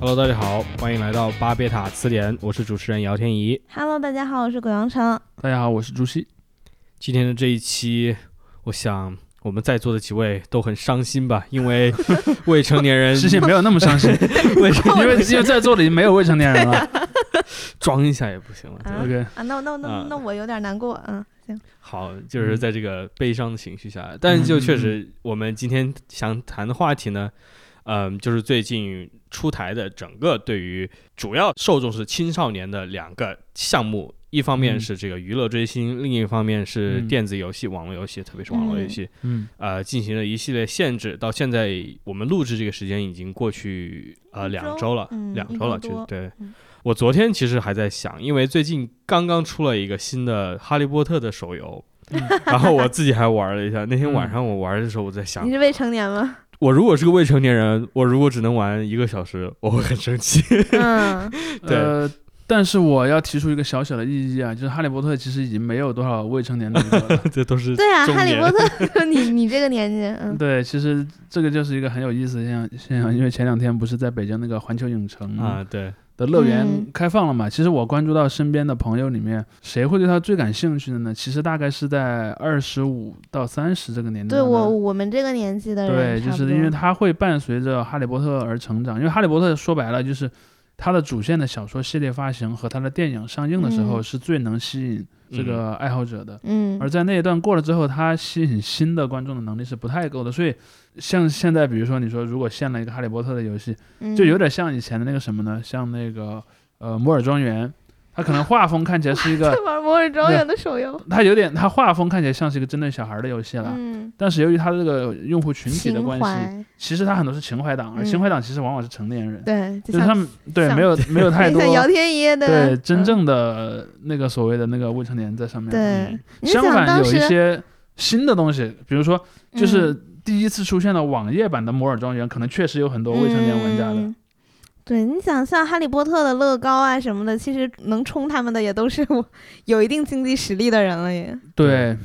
Hello，大家好，欢迎来到巴别塔词典，我是主持人姚天怡。 Hello，大家好，我是葛阳成。大家好，我是朱熹。今天的这一期，我想我们在座的几位都很伤心吧，因为未成年人其实也没有那么伤心，未成因为因为在座的已经没有未成年人了。 装一下也不行了。啊 OK，啊，那那那啊那我有点难过，嗯，行，好，嗯就是在这个悲伤的情绪下，但就确实我们今天想谈的话题呢，嗯、就是最近出台的整个对于主要受众是青少年的两个项目。一方面嗯是这个娱乐追星，另一方面是嗯电子游戏、网络游戏，特别是网络游戏，嗯，呃进行了一系列限制，到现在我们录制这个时间已经过去呃一两周周了，嗯两一周了，周就多对。嗯我昨天其实还在想，因为最近刚刚出了一个新的《哈利波特》的手 游，嗯然后我自己还玩了一下。那天晚嗯上我玩的时候，我在想，你是未成年 吗？我如果是个未成年人，我如果只能玩一个小时，我会很生气。 嗯，对呃，但是我要提出一个小小的异议啊，就是《哈利波特》其实已经没有多少未成年的人 了。这都是对啊，中哈利年波特， 你你这个年纪，嗯，对，其实这个就是一个很有意思的现象现象，因为前两天不是在北京那个环球影城啊，对，的乐园嗯开放了嘛？其实我关注到身边的朋友里面，谁会对它最感兴趣的呢？其实大概是在二十五到三十这个年龄对段的我我们这个年纪的人对，嗯差就不多，是因为它会伴随着《哈利波特》而成长，因为《哈利波特》说白了就是它的主线的小说系列发行和它的电影上映的时候嗯是最能吸引这个爱好者的。嗯，而在那一段过了之后，它吸引新的观众的能力是不太够的，所以像现在，比如说你说如果限了一个《哈利波特》的游戏，嗯就有点像以前的那个什么呢？像那个呃《摩尔庄园》，它可能画风看起来是一个，玩摩尔庄园的手游，它有点它画风看起来像是一个针对小孩的游戏了，嗯，但是由于它这个用户群体的情关系，怀，其实他很多是情怀党，嗯而情怀党其实往往是成年人，对，就就是像他们对像没 有没有太多像姚天一的，对真嗯正的那个所谓的那个未成年在上面。嗯对，你相想反当有一时些新的东西，比如说就是嗯第一次出现的网页版的《摩尔庄园》，可能确实有很多未成年玩家的。嗯对，你想像哈利波特的乐高啊什么的，其实能冲他们的也都是我 有一定经济实力的人了也。对，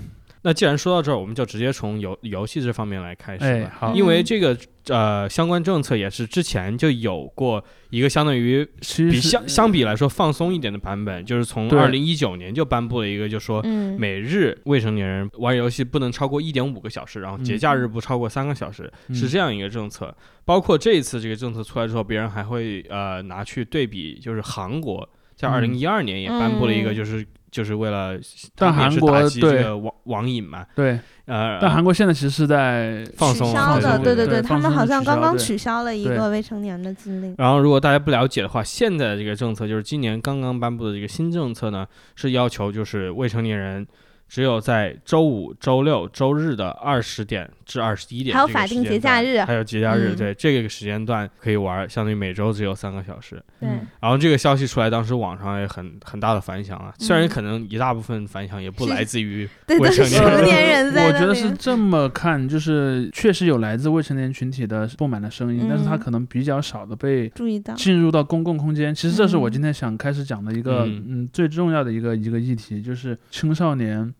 那既然说到这儿，我们就直接从游游戏这方面来开始哎吧。好因嗯为这个呃相关政策也是之前就有过一个相当于其比实相相比来说放松一点的版本，就是从嗯对二零一九年就颁布了一个，就说。嗯，每日未成年人玩游戏不能超过一点五个小时，然后节假日不超过三个小时，嗯是这样一个政策。包括这一次这个政策出来之后，别人还会呃拿去对比，就是韩国在二零一二年也颁布了一个，嗯就是、就是为了嗯但韩国也是打击这对个网网瘾嘛，对，呃，但韩国现在其实是在放取松了消放的，松对了对，啊对他们放松好像了取消刚刚对取消了一对个未成年的禁令。然后，如果大家不了解的话，现在的这个政策就是今年刚刚颁布的这个新政策呢，是要求就是未成年人只有在周五、周六、周日的二十点至二十一点，还有法定节假日还有节假日，嗯对这个时间段可以玩，相当于每周只有三个小时。对，嗯然后这个消息出来，当时网上也很很大的反响啊，虽然嗯可能一大部分反响也不是来自于 对，未都 是成年成人年人在我那觉得里是这么看，就是确实有来自未成年群体的不满的声音，但是他嗯可能比较少的被注意到。进入到公共空间。其实这是我嗯今天想开始讲的一个嗯嗯最重要的一个一个议题，就是青少年，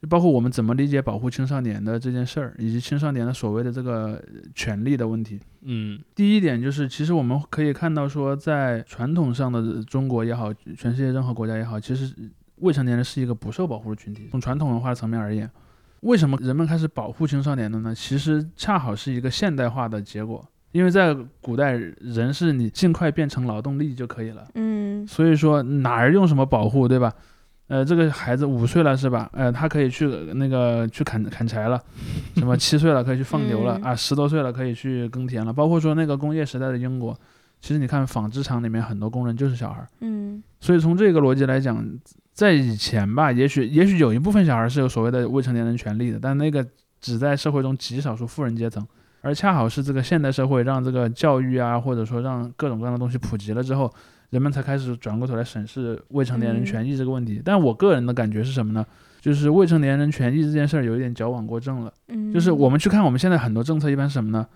就包括我们怎么理解保护青少年的这件事儿，以及青少年的所谓的这个呃权利的问题。嗯第一点就是，其实我们可以看到说，在传统上的呃中国也好，全世界任何国家也好，其实未成年人是一个不受保护的呃群体。从传统文化层面而言，为什么人们开始保护青少年的呢？其实恰好是一个现代化的结果，因为在古代，人是你尽快变成劳动力就可以了。嗯所以说哪儿用什么保护，对吧？呃，这个孩子五岁了是吧？呃，他可以去呃那个去砍砍柴 了，什么七岁了可以去放牛了、嗯啊，十多岁了可以去耕田了。包括说那个工业时代的英国，其实你看纺织厂里面很多工人就是小孩儿，嗯所以从这个逻辑来讲，在以前吧，也许也许有一部分小孩是有所谓的未成年人权利的，但那个只在社会中极少数富人阶层，而恰好是这个现代社会让这个教育啊，或者说让各种各样的东西普及了之后，人们才开始转过头来审视未成年人权益这个问嗯题。但我个人的感觉是什么呢？就是未成年人权益这件事儿有一点矫枉过正了。嗯，就是我们去看我们现在很多政策一般是什么呢？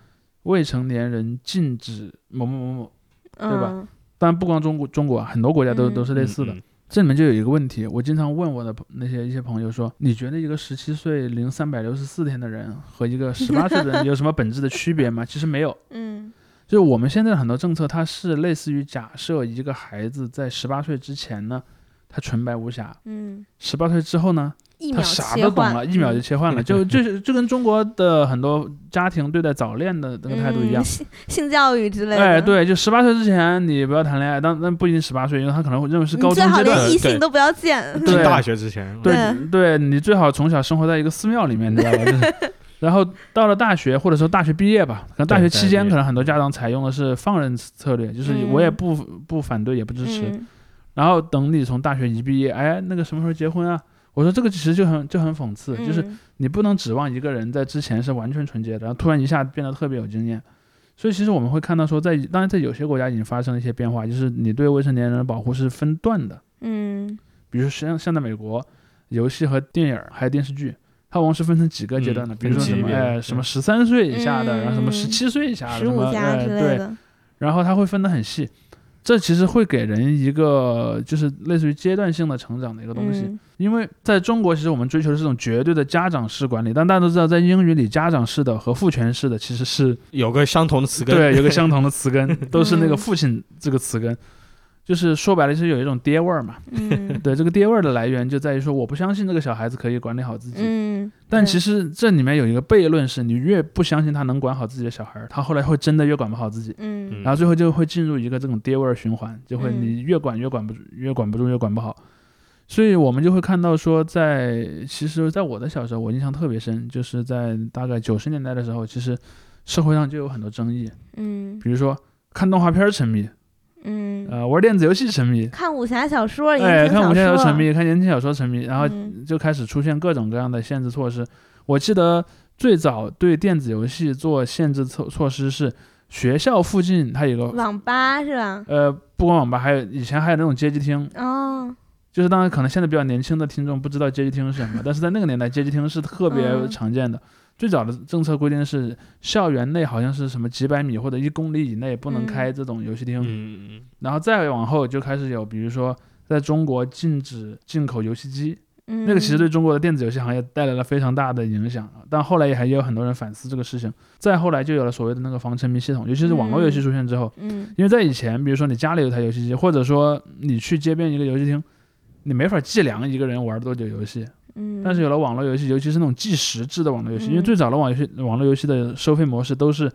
未成年人禁止某某某某，对吧？当然不光中国，中国啊很多国家都、嗯都是类似的。嗯这里面就有一个问题，我经常问我的朋那些一些朋友说，你觉得一个十七岁零三百六十四天的人和一个十八岁的人有什么本质的区别吗？其实没有，嗯就是我们现在的很多政策，它是类似于假设一个孩子在十八岁之前呢，他纯白无瑕；嗯，十八岁之后呢，一他秒啥切都懂啊换嗯了，一秒就切换了，就就是就跟中国的很多家庭对待早恋的那个态度一样嗯。 性性教育之类的。哎，，对，就十八岁之前你不要谈恋爱，但但不一定十八岁，因为他可能会认为是你高最中好阶段。连异性对都不要见。 对进大学之前，对嗯对，你最好从小生活在一个寺庙里面，你知道吧？就是然后到了大学，或者说大学毕业吧，可能大学对期间，大学毕业可能很多家长采用的是放任策略，就是嗯我也不不反对，也不支持。嗯，然后等你从大学一毕业，哎，那个什么时候结婚啊？我说这个其实就很就很讽刺，就是嗯你不能指望一个人在之前是完全纯洁的，然后突然一下变得特别有经验。所以其实我们会看到说在，当然在有些国家已经发生了一些变化，就是你对未成年人的保护是分段的，嗯比如像像在美国，游戏和电影儿还有电视剧，它往往是分成几个阶段的，嗯比如说分什级么别哎什么十三岁以下的，嗯然后什么十七岁以下的，十什五么加哎之类对，的，然后它会分得很细，这其实会给人一个就是类似于阶段性的成长的一个东西。嗯因为在中国，其实我们追求的是这种绝对的家长式管理，但大家都知道，在英语里，家长式的和父权式的其实是有个相同的词根，对有 个相同的词根，都是那个嗯父亲这个词根，就是说白了是有一种爹味儿嘛。 嗯对，这个爹味儿的来源就在于说，我不相信这个小孩子可以管理好自己。嗯，但对其实这里面有一个悖论是，你越不相信他能管好自己的小孩儿，他后来会真的越管不好自己，嗯然后最后就会进入一个这种爹味儿循环，就会嗯你越管越管不住，越管不住越管不好。所以我们就会看到说在，其实，在我的小时候，我印象特别深，就是在大概九十年代的时候，其实社会上就有很多争议，嗯比如说看动画片儿沉迷，嗯，呃，玩电子游戏沉迷，看武侠小说，哎，言情看武侠小小说说沉，迷，看言情小说沉迷，然后嗯就开始出现各种各样的限制措施。我记得最早对电子游戏做限制措措施是学校附近它有个网吧是吧？呃，不光网吧，还有以前还有那种街机厅，哦，就是当然可能现在比较年轻的听众不知道街机厅是什么，但是在那个年代街机厅是特别嗯常见的。最早的政策规定是校园内好像是什么几百米或者一公里以内不能嗯开这种游戏厅，嗯，嗯然后再往后就开始有，比如说在中国禁止进口游戏机，嗯，那个其实对中国的电子游戏行业带来了非常大的影响。啊但后来也还也有很多人反思这个事情。再后来就有了所谓的那个防沉迷系统，尤其是网络游戏出现之后，嗯因为在以前，比如说你家里有台游戏机，或者说你去街边一个游戏厅。你没法计量一个人玩多久游戏，嗯，但是有了网络游戏，尤其是那种计时制的网络游戏，嗯因为最早的网游戏网络游戏的收费模式都是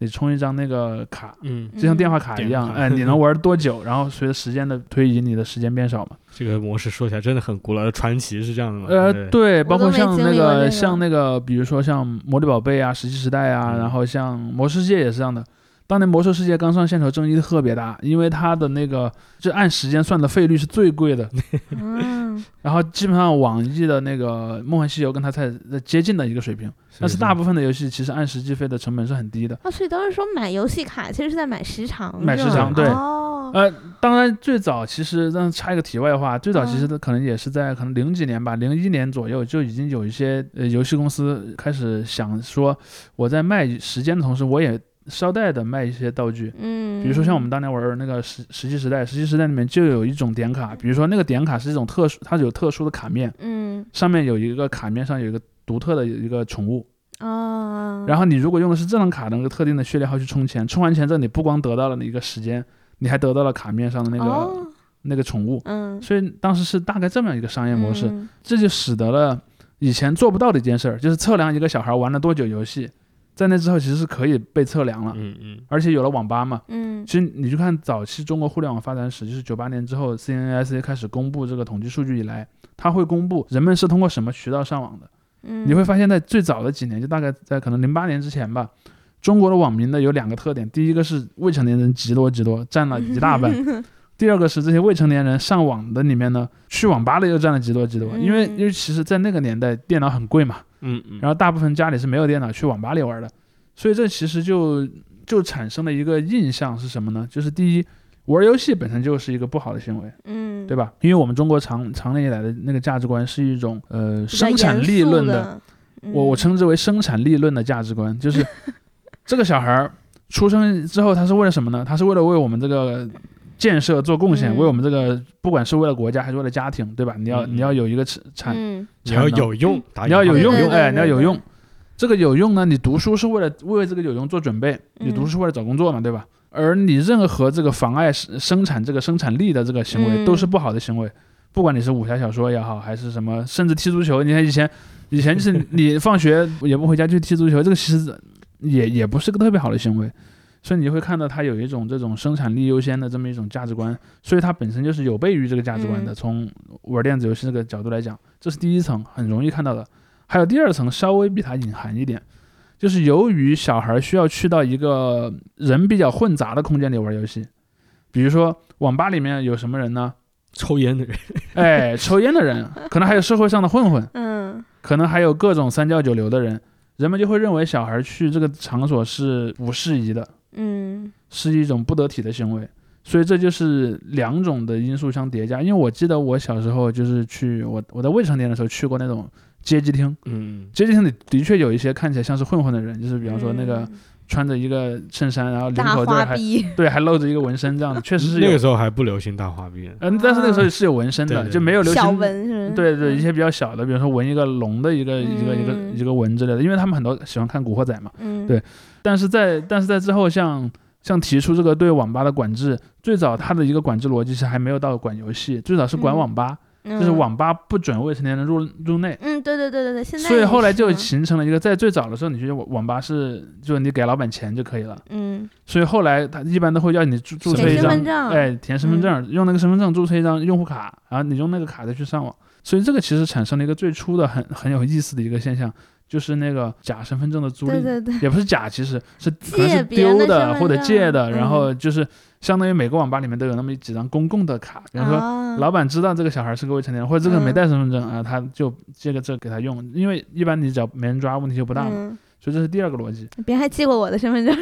你充一张那个卡，嗯，就像电话卡一样，嗯哎， 你能玩多久？然后随着时间的推移，你的时间变少嘛。这个模式说起来真的很古老，传奇是这样的吗？呃，对，对，都包括像没经那历过这个个像那个，比如说像《魔力宝贝》啊，《石器时代》啊，嗯然后像《魔兽世界》也是这样的。当年《魔兽世界》刚上线的时候，争议特别大，因为它的那个就按时间算的费率是最贵 的，嗯然后基本上网易的那个《梦幻西游》跟它才在接近的一个水平，但是大部分的游戏其实按时计费的成本是很低的。哦，所以当时说买游戏卡其实是在买时长，买是时吗长对哦，呃，当然，最早其实让插一个题外话，最早其嗯实它可能也是在可能零几年吧，零一年左右就已经有一些呃游戏公司开始想说，我在卖时间的同时，我也捎带的卖一些道具，嗯，比如说像我们当年玩儿那个石石器时代，石器时代里面就有一种点卡，比如说那个点卡是一种特殊，它有特殊的卡面，嗯上面有一个卡面上有一个独特的一个宠物，哦，然后你如果用的是这张卡的那个特定的序列号去充钱，充完钱之后你不光得到了一个时间。你还得到了卡面上的那个、哦那个宠物，嗯所以当时是大概这么样一个商业模式，嗯这就使得了以前做不到的一件事儿，就是测量一个小孩玩了多久游戏，在那之后其实是可以被测量了，嗯嗯，而且有了网吧嘛。嗯其实你去看早期中国互联网发展史，就是九八年之后 CNIC 开始公布这个统计数据以来，它会公布人们是通过什么渠道上网的。嗯，你会发现在最早的几年，就大概在可能零八年之前吧，中国的网民呢有两个特点，第一个是未成年人极多极多，占 了一大半；第二个是这些未成年人上网的里面呢，去网吧的又占了极多极多，因为嗯因为其实，在那个年代电脑很贵嘛，嗯嗯，然后大部分家里是没有电脑去网吧里玩的，所以这其实就就产生了一个印象是什么呢？就是第一，玩游戏本身就是一个不好的行为，嗯对吧？因为我们中国长长年以来的那个价值观是一种呃比较生产严力肃论的。的，我嗯我称之为生产力论的价值观， 就是这个小孩儿出生之后，他是为了什么呢？他是为了为我们这个建设做贡献，嗯为我们这个不管是为了国家还是为了家庭，对吧？你要、嗯你要有一个产产，嗯你要产能有用，打你要引有号对用对，对哎，你要有对用。这个有用呢，你读书是为了为这个有用做准备，你嗯读书是为了找工作嘛，对吧？而你任何这个妨碍生生产这个生产力的这个行嗯为，都是不好的行为。不管你是武侠小说也好，还是什么，甚至踢足球，你看以前，以前就是你放学也不回家去踢足球，这个其实也也不是个特别好的行为。所以你会看到它有一种这种生产力优先的这么一种价值观，所以它本身就是有悖于这个价值观的。嗯从玩电子游戏这个角度来讲，这是第一层很容易看到的。还有第二层稍微比它隐含一点，就是由于小孩需要去到一个人比较混杂的空间里玩游戏，比如说网吧里面有什么人呢？抽烟的人，哎，抽烟的人，可能还有社会上的混混，嗯可能还有各种三教九流的人，人们就会认为小孩去这个场所是不适宜的，嗯是一种不得体的行为。所以这就是两种的因素相叠加。因为我记得我小时候就是去我我在未成年的时候去过那种街机厅，嗯，街机厅里的确有一些看起来像是混混的人，就是比方说那个嗯穿着一个衬衫，然后领大口这儿花还臂，对还露着一个纹身这样子，确实是那有个。时候还不流行大花臂，嗯，但是那个时候是有纹身对的，对就没有流小行文是吧？对对，一嗯些比较小的，比如说纹一个龙的一个一个一个嗯一个纹之类的，因为他们很多喜欢看《古惑仔》嘛。嗯对但是在但是在之后像，像提出这个对网吧的管制，最早它的一个管制逻辑是还没有到管游戏，最早是管嗯网吧，嗯就是网吧不准未成年人入入内。嗯对对对对对，现在所以也后来是啊就嘛形成了一个，在最早的时候，你去网网吧是就是你给老板钱就可以了。嗯所以后来他一般都会要你注注填册一身张份证嗯哎，填身份证，用那个身份证注册一张用户卡，然后你用那个卡再去上网。所以这个其实产生了一个最初的很很有意思的一个现象，就是那个假身份证的租赁，对对对，也不是假，其实是可能借是别人的丢身的份或者证借的，然嗯后就是相当于每个网吧里面都有那么几张公共的卡，比方说啊老板知道这个小孩是个未成年人，或者这个人没嗯带身份证啊，他就借个这给他用，因为一般你只要没人抓，问题就不大嘛。嗯所以这是第二个逻辑。别人还借过我的身份证，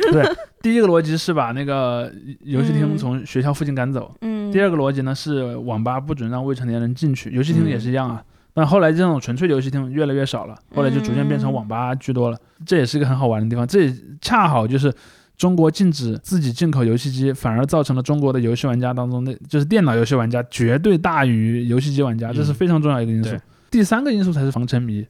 第一个逻辑是把那个游戏厅嗯从学校附近赶走，嗯，第二个逻辑呢是网吧不准让未成年人进去，游戏嗯厅也是一样啊。但后来这种纯粹游戏厅越来越少了，嗯后来就逐渐变成网吧居多了。这也是一个很好玩的地方，这也恰好就是中国禁止自己进口游戏机，反而造成了中国的游戏玩家当中的就是电脑游戏玩家绝对大于游戏机玩家，嗯这是非常重要一个因素。对第三个因素才是防沉迷。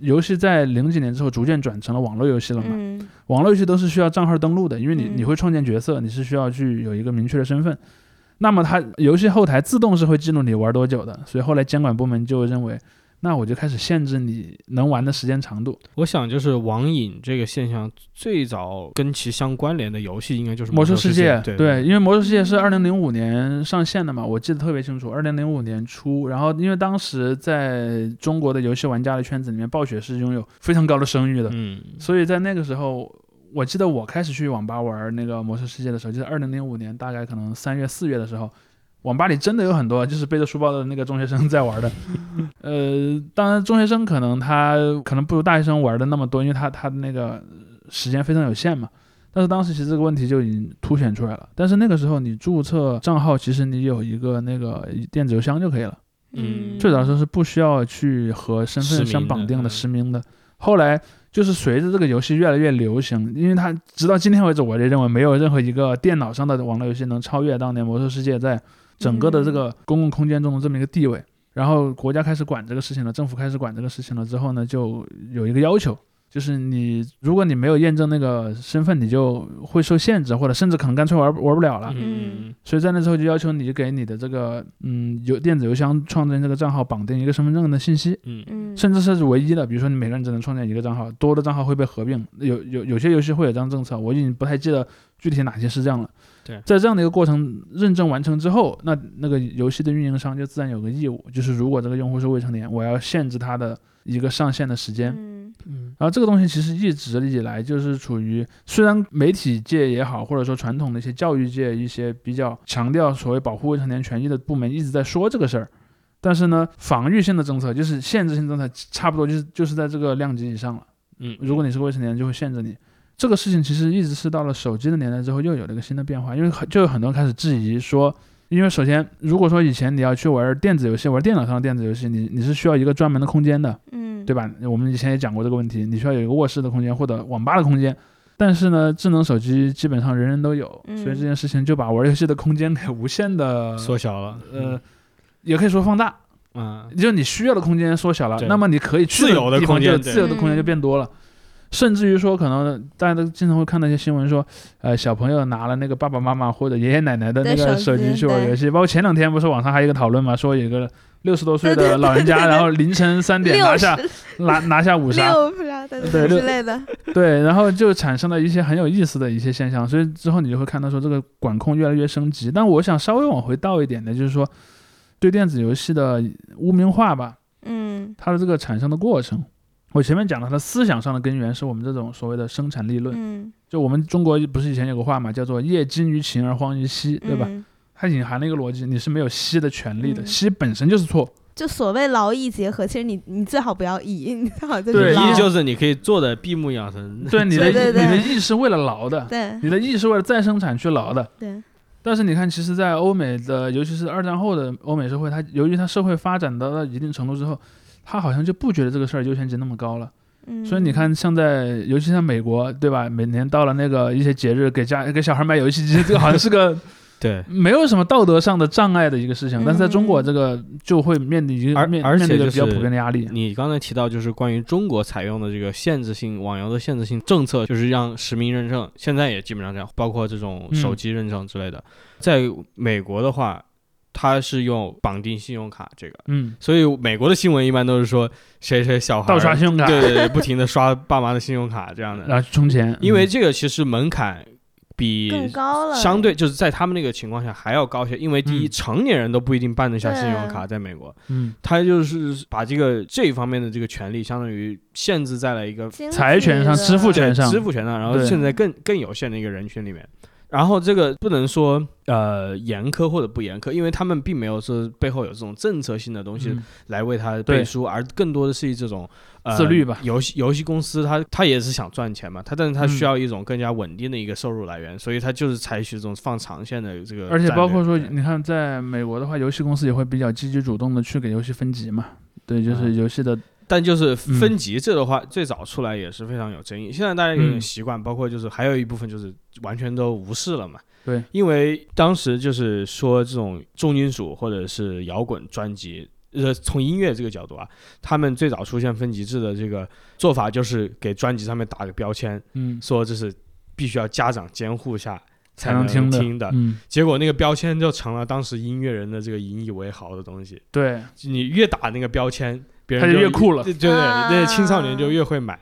游戏在零几年之后逐渐转成了网络游戏了嘛，嗯网络游戏都是需要账号登录的，因为你嗯你会创建角色，你是需要去有一个明确的身份。那么它游戏后台自动是会记录你玩多久的，所以后来监管部门就认为，那我就开始限制你能玩的时间长度。我想就是网瘾这个现象，最早跟其相关联的游戏应该就是《魔兽兽世世界，对因为魔兽世界是二零零五年上线的嘛，我记得特别清楚，二零零五年初。然后因为当时在中国的游戏玩家的圈子里面，暴雪是拥有非常高的声誉的，嗯，所以在那个时候，我记得我开始去网吧玩那个《魔兽世界》的时候，就是二零零五年，大概可能三月、四月的时候，网吧里真的有很多就是背着书包的那个中学生在玩的。呃，当然，中学生可能他可能不如大学生玩的那么多，因为他他的那个时间非常有限嘛。但是当时其实这个问题就已经凸显出来了。但是那个时候你注册账号，其实你有一个那个电子邮箱就可以了。嗯最早的时候是不需要去和身份实相名的绑定的嗯实名的，后来就是随着这个游戏越来越流行，因为它直到今天为止，我也认为没有任何一个电脑上的网络游戏能超越当年《魔兽世界》在整个的这个公共空间中的这么一个地位。然后国家开始管这个事情了，政府开始管这个事情了之后呢，就有一个要求，就是你如果你没有验证那个身份，你就会受限制，或者甚至可能干脆玩不玩不了了。嗯，所以在那之后就要求你给你的这个嗯邮电子邮箱创建这个账号绑定一个身份证的信息，嗯嗯嗯甚至是唯一的。比如说你每个人只能创建一个账号，多的账号会被合并。有有有些游戏会有这样政策，我已经不太记得具体哪些是这样了。对在这样的一个过程认证完成之后，那那个游戏的运营商就自然有个义务，就是如果这个用户是未成年，我要限制他的一个上线的时间。嗯嗯然后这个东西其实一直以来就是处于，虽然媒体界也好，或者说传统的一些教育界一些比较强调所谓保护未成年权益的部门一直在说这个事儿，但是呢，防御性的政策就是限制性政策，差不多就是就是在这个量级以上了。嗯如果你是个未成年人，就会限制你。这个事情其实一直是到了手机的年代之后，又有了一个新的变化，因为很就有很多人开始质疑说，因为首先，如果说以前你要去玩电子游戏，玩电脑上的电子游戏，你你是需要一个专门的空间的，嗯对吧？我们以前也讲过这个问题，你需要有一个卧室的空间或者网吧的空间。但是呢，智能手机基本上人人都有，嗯所以这件事情就把玩游戏的空间给无限的嗯缩小嗯了，呃，也可以说放大，嗯就你需要的空间缩小了，对那么你可以去自由的地方空间就对自由的空间就变多了。甚至于说，可能大家都经常会看到一些新闻说，呃，小朋友拿了那个爸爸妈妈或者爷爷奶奶的那的个手手机机去玩对游戏。包括前两天不是网上还有一个讨论嘛，说有一个六十多岁对对的老人家，然后凌晨三点拿六下十 拿拿下五杀，六不知道对对之六类的，对，然后就产生了一些很有意思的一些现象，所以之后你就会看到说这个管控越来越升级。但我想稍微往回倒一点的，就是说对电子游戏的污名化吧，嗯它的这个产生的过程。我前面讲了，它思想上的根源是我们这种所谓的生产力论，嗯，就我们中国不是以前有个话嘛，叫做“业精于勤而荒于嬉”，对吧？嗯它隐含了一个逻辑，你是没有嬉的权利的，嗯嬉本身就是错。就所谓劳逸结合，其实你你最好不要逸，你最好就对是一劳一就是你可以做的闭目养神，对你的对对对你的意是为了劳的，对你的意是为了再生产去劳的，对，但是你看，其实，在欧美的，尤其是二战后的欧美社会，它由于它社会发展到了一定程度之后，它好像就不觉得这个事儿优先级那么高了。嗯，所以你看，像在尤其像美国，对吧？每年到了那个一些节日，给家 给小孩买游戏机，这个好像是个对，没有什么道德上的障碍的一个事情。但是在中国，这个就会面临一个而面而且面对一个就比较是普遍的压力。你刚才提到就是关于中国采用的这个限制性网游的限制性政策，就是让实名认证，现在也基本上这样，包括这种嗯手机认证之类的。在美国的话，它是用绑定信用卡这个，嗯，所以美国的新闻一般都是说谁谁小孩盗刷信用卡，对对对，不停的刷爸妈的信用卡这样的，然后去充钱，因为嗯这个其实门槛比更高了，相对就是在他们那个情况下还要高些，因为第一，嗯成年人都不一定办得下对信用卡，在美国，嗯他就是把这个这一方面的这个权利，相当于限制在了一个经财权济上的支付权对上支付权上，然后对现在更更有限的一个人群里面。然后这个不能说呃严苛或者不严苛，因为他们并没有说背后有这种政策性的东西嗯来为他对背书，而更多的是以这种、呃、自律吧游戏游戏公司它它也是想赚钱嘛，它但是它嗯需要一种更加稳定的一个收入来源，所以它就是采取这种放长线的这个战略。而且包括说，对你看，在美国的话，游戏公司也会比较积极主动的去给游戏分级嘛。对，啊就是嗯游戏的，但就是分嗯级这的话，最早出来也是非常有争议。现在大家有点嗯习惯，包括就是还有一部分就是完全都无视了嘛。对，因为当时就是说这种重金属或者是摇滚专辑，呃，从音乐这个角度啊，他们最早出现分级制的这个做法，就是给专辑上面打个标签，嗯，说这是必须要家长监护下才才能听听的的。嗯，结果那个标签就成了当时音乐人的这个引以为豪的东西。对，你越打那个标签，别人他就越越酷了对对对，啊那些青少年就越会买，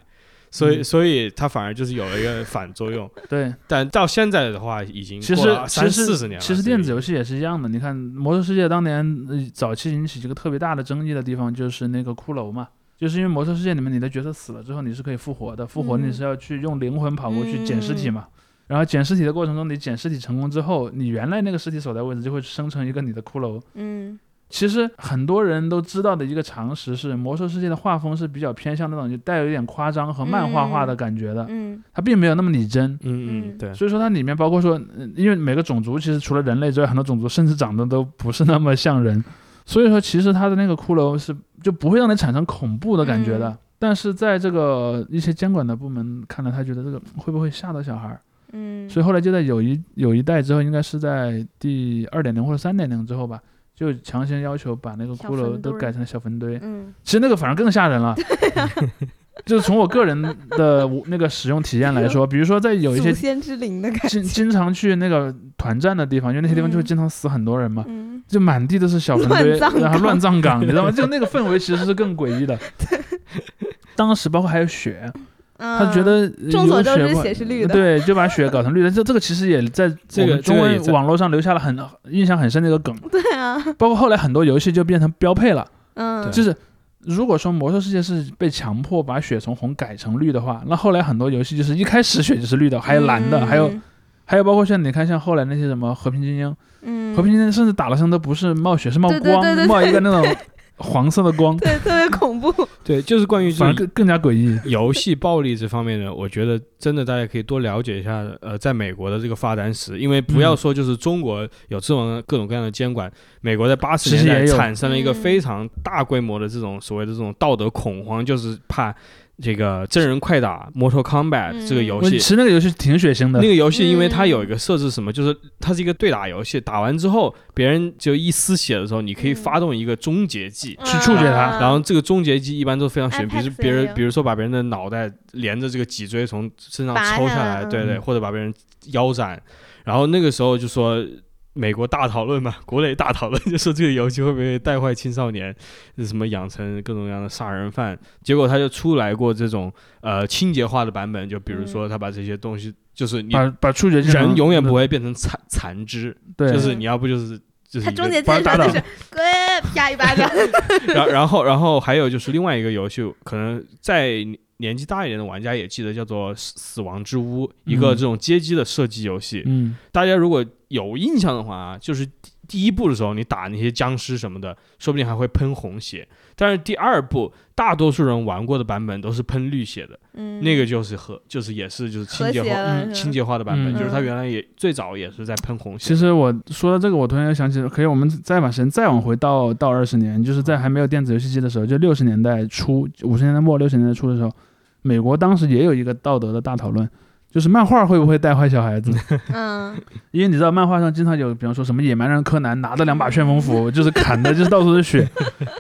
所以嗯所以他反而就是有了一个反作用。 对，但到现在的话，已经其过实了其三实四十年了。其实电子游戏，戏也是一样的。你看《魔兽世界》当年呃早期引起这个特别大的争议的地方，就是那个骷髅嘛，就是因为《魔兽世界》里面你的角色死了之后，你是可以复活的，复活嗯你是要去用灵魂跑过去捡尸体嗯嘛。然后捡尸体的过程中，你捡尸体成功之后，你原来那个尸体所在位置就会生成一个你的骷髅，嗯其实很多人都知道的一个常识是，《魔兽世界》的画风是比较偏向那种就带有一点夸张和漫画化的感觉的，嗯它并没有那么拟真。嗯嗯嗯，对，所以说它里面包括说，呃因为每个种族其实除了人类之外，很多种族甚至长得都不是那么像人， 所以说其实它的那个骷髅是就不会让你产生恐怖的感觉的。嗯但是在这个一些监管的部门看来，他觉得这个会不会吓到小孩儿？嗯，所以后来就在有一有一代之后，应该是在第二点零或者三点零之后吧，就强行要求把那个小骷髅坟都堆改成了小坟堆。嗯其实那个反而更吓 人了。就是从我个人的我那个使用体验来说，比如说在有一些祖先之灵的感经觉，经常去那个团战的地方，因为那些地方就会嗯经常死很多人嘛，嗯就满地都是小坟堆，乱葬岗然后乱葬岗，你知道吗？就那个氛围其实是更诡异的。当时包括还有血，嗯，他觉得众所周知有嗯血是绿的对，就把血搞成绿的。这这个其实也在这我个们中这个文也在网络上留下了很印象很深的一个梗，对啊，包括后来很多游戏就变成标配了，嗯，就是。如果说魔兽世界是被强迫把血从红改成绿的话，那后来很多游戏就是一开始血就是绿的，还有蓝嗯的，还有还有包括像你看像后来那些什么和平精英，嗯，嗯和平精英甚至打了伤都不是冒血，是冒对对光对对，冒一个那种黄色的 光，对特别恐 怖，对，就是关于这反而种更更加诡异。游戏暴力这方面呢，我觉得真的大家可以多了解一下，呃，在美国的这个发展史，因为不要说就是中国有这种各种各样的监管，美国在八十其实年代也有产生了一个嗯非常大规模的这种所谓的这种道德恐慌，就是怕这个真人快打《Mortal Kombat》嗯这个游我戏其。实那个游戏挺血腥的那，个游戏因为它嗯有一个设置，什么、就是它是一个对打游戏，打完之后别人就一丝血的时候，你可以嗯发动一个终结技，去触觉它然后这个终结技一般都非常悬，比如 Apex 别也有人，比如说把别人的脑袋连着这个脊椎从身上拔抽下下来来，对对，嗯或者把别人腰斩。然后那个时候就说美国大讨论嘛， 国内大讨论，就说这个游戏会不会带坏青少年，什么养成各种各样的杀人犯。结果他就出来过这种呃清洁化的版本，就比如说他把这些东西，就是你把把触觉技能人永远不会变成残残肢，对，就是你要不就是。就是嗯他一个终结技把的它时打候 倒就是滚，啪一巴 掌。然然后然后还有就是另外一个游戏，可能在年纪大一点的玩家也记得，叫做《死死亡之屋》，一个嗯这种街机的射击游戏。嗯大家如果有印象的话啊，就是第第一部的时候，你打那些僵尸什么的，说不定还会喷红血。但是第二部，大多数人玩过的版本都是喷绿血的，嗯那个就是和就是也是就是清和洁谐化了嗯，清洁洁化的版本，嗯就是它原来也最早也是在喷红血其。实我说到这个，我突然又想起，可以我们再把时间再往回到到二十年，就是在还没有电子游戏机的时候，就六十年代初、五十年代末、六十年代初的时候，美国当时也有一个道德的大讨论，就是漫画会不会带坏小孩子？嗯， 因为你知道漫画上经常有，比方说什么野蛮人柯南拿着两把旋风斧，就是砍的就是到处 是血，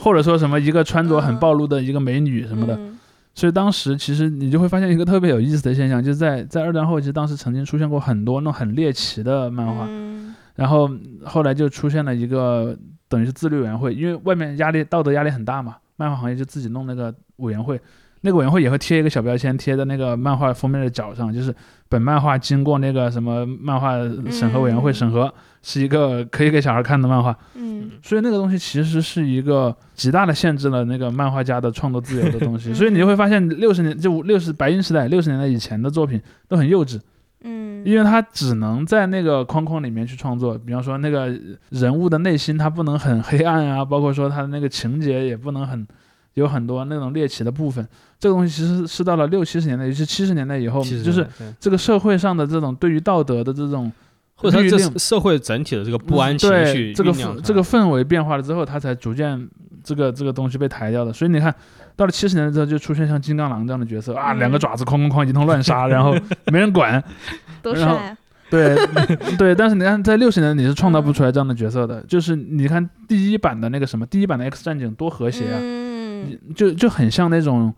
或者说什么一个穿着很暴露的一个美女什么的，嗯所以当时其实你就会发现一个特别有意思的现象，就是在在二战后期，当时曾经出现过很多那种很猎奇的漫画，嗯然后后来就出现了一个等于是自律委员会，因为外面压力道德压力很大嘛，漫画行业就自己弄那个委员会，那个委员会也会贴一个小标签贴在那个漫画封面的角上，就是本漫画经过那个什么漫画审核委员会审核，是一个可以给小孩看的漫画，嗯所以那个东西其实是一个极大的限制了那个漫画家的创作自由的东西，嗯所以你就会发现六十年就六十白银时代六十年代以前的作品都很幼稚，嗯，因为他只能在那个框框里面去创作，比方说那个人物的内心他不能很黑暗啊，包括说他的那个情节也不能很有很多那种猎奇的部分，这个东西其实是到了六七十年代，尤其嗯七十年代以后，其实就是对这个社会上的这种对于道德的这种或者它律这令嗯社社会整体的这个不安情对绪这个酝酿氛出这来个氛围变化了之后，它才逐渐这个这个东西被抬掉的。所以你看到了七十年代之后，就出现像金刚狼这样的角色啊，嗯两个爪子哐哐哐一通乱杀，然后没人管。多然后帅啊！ 对对，但是你看在六十年代你是创造不出来这样的角色嗯的。就是你看第一版的那个什么，第一版的 X 战警多和谐啊，嗯，就就很像那种，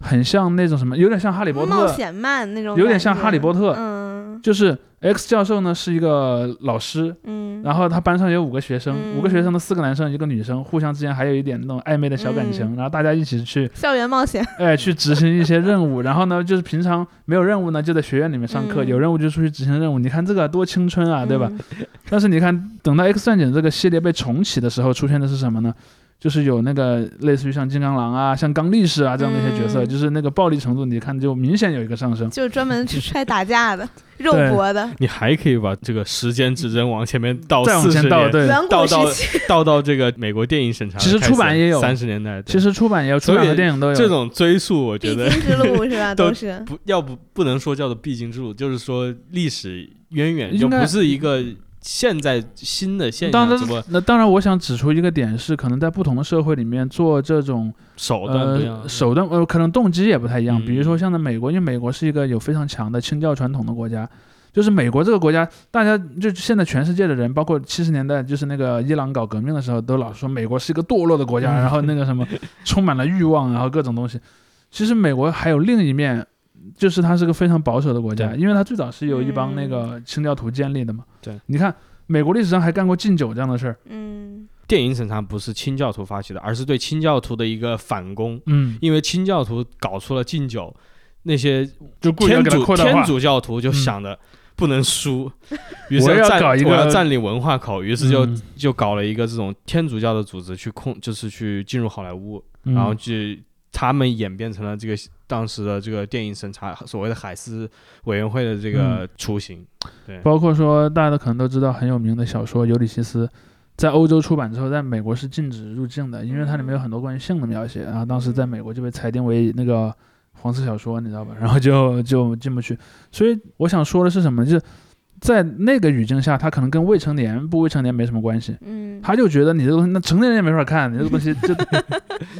很像那种什么，有点像哈利波冒特，险漫那种，有点像哈利波特嗯就是 X 教授呢是一个老师，嗯，然后他班上有五个学生，嗯五个学生的四个男生一个女生，互相之间还有一点那种暧昧的小感嗯情，然后大家一起去，校园冒险，哎，去执行一些任务。然后呢，就是平常没有任务呢，就在学院里面上课，嗯有任务就出去执行任务。你看这个多青春啊，对吧？嗯？但是你看，等到《X 战警》这个系列被重启的时候，出现的是什么呢？就是有那个类似于像金刚狼啊、像刚力士啊这样的一些角色，嗯就是那个暴力程度，你看就明显有一个上哦升。就专 门去摔打架的，肉对搏的，你还可以把这个时间之争往前面倒再往四十前年，倒，对，远古到时 到期，倒到这个美国电影审查的开其始，实出版也有三十年代，对其实出版也有，出所以版和电影都有。这种追溯，我觉必得经之路是吧？都都是，不 要不不能说叫做必经之路，就是说历史渊源就应该不是一个现在新的现当象，然只不过那当然，我想指出一个点是，可能在不同的社会里面做这种手段不一样呃，手段呃，可能动机也不太一样。嗯比如说像在美国，因为美国是一个有非常强的清教传统的国家，就是美国这个国家，大家就现在全世界的人，包括七十年代就是那个伊朗搞革命的时候，都老说美国是一个堕落的国嗯家，然后那个什么充满了欲望，然后各种东西。其实美国还有另一面。就是它是个非常保守的国家，对因为它最早是由一嗯帮那个清教徒建立的嘛。对，你看美国历史上还干过禁酒这样的事儿，嗯电影审查不是清教徒发起的，而是对清教徒的一个反攻，嗯，因为清教徒搞出了禁酒，那些就故意天要给他主扩大化嗯天。主教徒就想着不能 输，于我是要占搞一个我要占领文化口，于是就、嗯就搞了一个这种天主教的组织去控，就是去进入好莱坞，嗯然后去他们演变成了这个当时的这个电影审查所谓的海斯委员会的这嗯个雏形。对，包括说大家都可能都知道很有名的小说《尤里西斯》，在欧洲出版之后，在美国是禁止入境的，因为它里面有很多关于性的描写，然后当时在美国就被裁定为那个黄色小说，你知道吧？然后就就进不去。所以我想说的是什么呢？就是在那个语境下，它可能跟未成年不未成年没什么关系。嗯，他就觉得你这个东西，那成年人也没法看，你这个东西就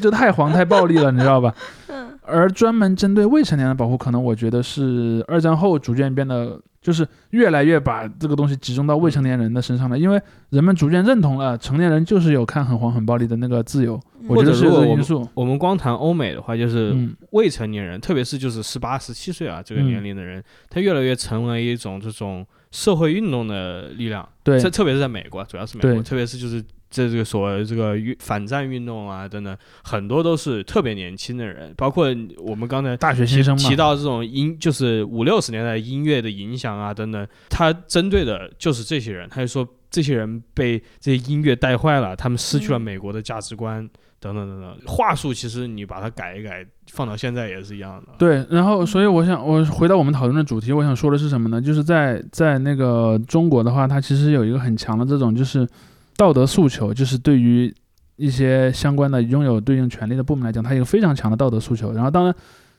就太黄太暴力了，你知道吧？嗯而专门针对未成年人的保护，可能我觉得是二战后逐渐变得，就是越来越把这个东西集中到未成年人的身上了，因为人们逐渐认同了成年人就是有看很黄很暴力的那个自由，我或觉者得是如有果这个我因们素。我们光谈欧美的话，就是嗯，未成年人，特别是就是十八、十七岁啊这个嗯年龄的人，他越来越成为一种这种社会运动的力量。对这特别是在美国，主要是美对国，特别是就是这这个所谓这个运反战运动啊等等，很多都是特别年轻的人，包括我们刚才大学新生嘛，提到这种音，就是五六十年代音乐的影响啊等等，他针对的就是这些人，他就说这些人被这些音乐带坏了，他们失去了嗯美国的价值观等等等等。话术其实你把它改一改，放到现在也是一样的。对，然后所以我想，我回到我们讨论的主题，我想说的是什么呢？就是在在那个中国的话，它其实有一个很强的这种就是道德诉求，就是对于一些相关的拥有对应权利的部门来讲，它有非常强的道德诉求。然后当然，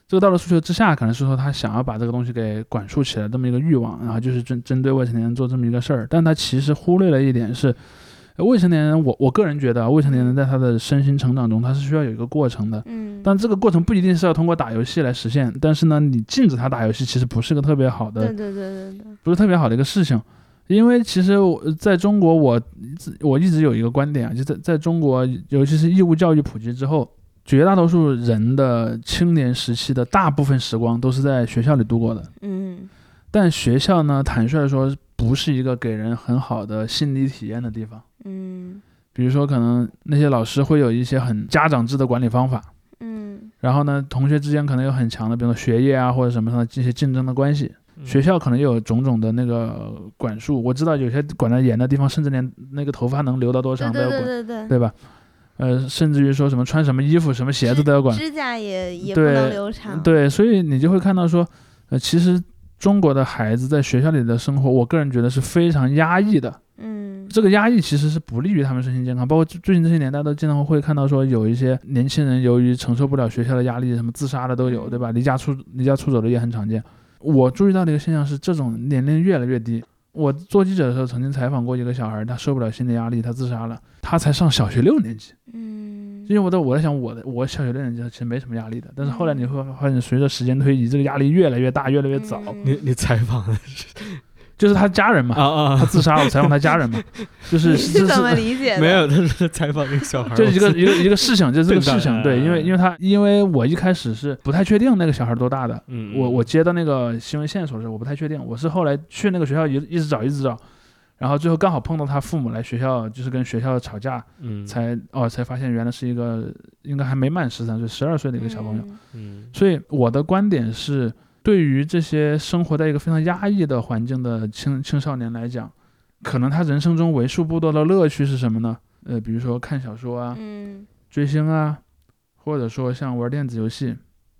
这个道德诉求之下，可能是说他想要把这个东西给管束起来这么一个欲望，然后就是针针对未成年人做这么一个事儿，但他其实忽略了一点是。呃未成年人，我我个人觉得啊，未成年人在他的身心成长中，他是需要有一个过程的。嗯，但这个过程不一定是要通过打游戏来实现，但是呢，你禁止他打游戏其实不是个特别好对的，对对对对，不是特别好的一个事情，因为其实我在中国我一直我一直有一个观点啊，就在在中国，尤其是义务教育普及之后，绝大多数人的青年时期的大部分时光都是在学校里度过的，嗯但学校呢，坦率地说不是一个给人很好的心理体验的地方，嗯比如说可能那些老师会有一些很家长制的管理方法。嗯然后呢，同学之间可能有很强的，比如说学业啊或者什么上的这些竞争的关系。嗯学校可能有种种的那个管束，我知道有些管得严的地方，甚至连那个头发能留到多对长都要对管，对对对，对吧？呃，甚至于说什么穿什么衣服、什么鞋子都要管。指甲也也不对能留长，对，所以你就会看到说，呃，其实中国的孩子在学校里的生活，我个人觉得是非常压抑的。嗯，这个压抑其实是不利于他们身心健康，包括最最近这些年，大家都经常会看到说，有一些年轻人由于承受不了学校的压力，什么自杀的都有，嗯对吧？离家出离家出走的也很常见。我注意到的一个现象是，这种年龄越来越低。我做记者的时候曾经采访过一个小孩，他受不了心理压力，他自杀了。他才上小学六年级，嗯因为我在我在想，我的我小学六年级其实没什么压力的，但是后来你嗯会发现，随着时间推移，这个压力越来越大，越来越早。嗯你你采访的就是他家人嘛，啊啊他，自杀了，我采访他 家人嘛，就是你是这怎么理解的？没有，他是采访那个小孩儿，就是一个我一个一个事 情，就是这个笨蛋事情，对，因嗯为因为他因为我一开始是不太确定那个小孩多大的，嗯，我我接到那个新闻线索的时候，我不太确定，我是后来去那个学校一一直找一直找，然后最后刚好碰到他父母来学校，就是跟学校吵架，嗯才哦才发现原来是一个应该还没满十三岁，十二岁的一个小朋友，嗯嗯所以我的观点是，对于这些生活在一个非常压抑的环境的青青少年来讲，可能他人生中为数不多的乐趣是什么呢？呃，比如说看小说啊，嗯追星啊，或者说像玩电子游戏，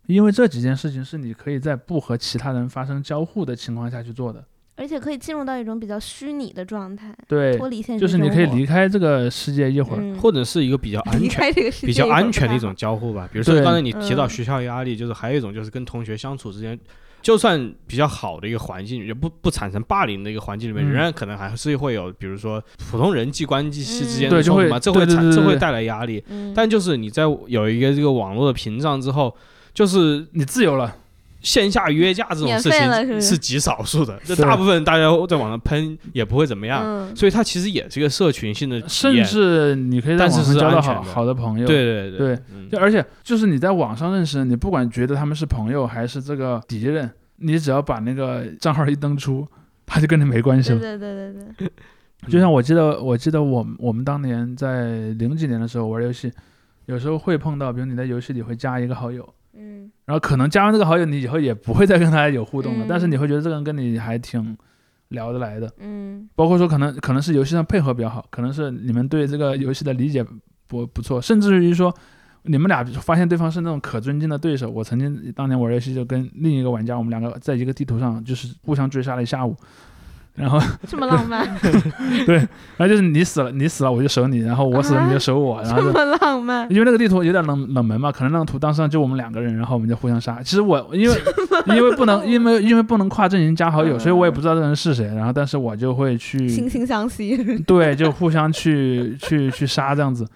因为这几件事情是你可以在不和其他人发生交互的情况下去做的。而且可以进入到一种比较虚拟的状态，对脱，离现实就生活，是你可以离开这个世界一会儿。嗯或者是一个比 较安离全。开这个世界比较也不安全的太一好种交互吧。比如说对刚才你提到嗯学校压力，就是还有一种就是跟同学相处之间，就算比较好的一个环境，也不不产生霸凌的一个环境里面，嗯仍然可能还是会有，比如说普通人际关系之间嗯的对就冲会突嘛，这对会对产对对这会对带来压力。嗯，但就是你在有一个这个网络的屏障之后，就是你自由了，线下约架这种免事费了是不情是是极少数的，这对大部分大家在网上喷也不会怎么样，嗯所以它其实也啊是一个社群性的体甚验。至你可以在但网是上是交到安全好的好的朋友。对对对，嗯就而且就是你在网上认识，你不管觉得他们是朋友还是这个敌人，你只要把那个账号一登出，他就跟你没关系对对了。对对对，就像我记得，我记得我们我们当年在零几年的时候玩游戏，有时候会碰到，比如你在游戏里会加一个好友，嗯然后可能加完这个好友，你以后也不会再跟他有互动了，嗯但是你会觉得这个人跟你还挺聊得来的，嗯包括说可能可能是游戏上配合比较好，可能是你们对这个游戏的理解不不错，甚至于说你们俩发现对方是那种可尊敬的对手。我曾经当年玩游戏就跟另一个玩家，我们两个在一个地图上就是互相追杀了一下午，然后这么浪漫，然后就是你死了，你死了我就守你，然后我死了你就 守我，然后这就么浪漫，因为那个地图有点冷冷门嘛，可能那个图当时就我们两个人，然后我们就互相杀。其实我因为因为不能因为因为不能跨阵营加好友，所以我也不知道这人是谁，然后但 是我就会去惺惺相惜， 对，就互相去去去杀这样子。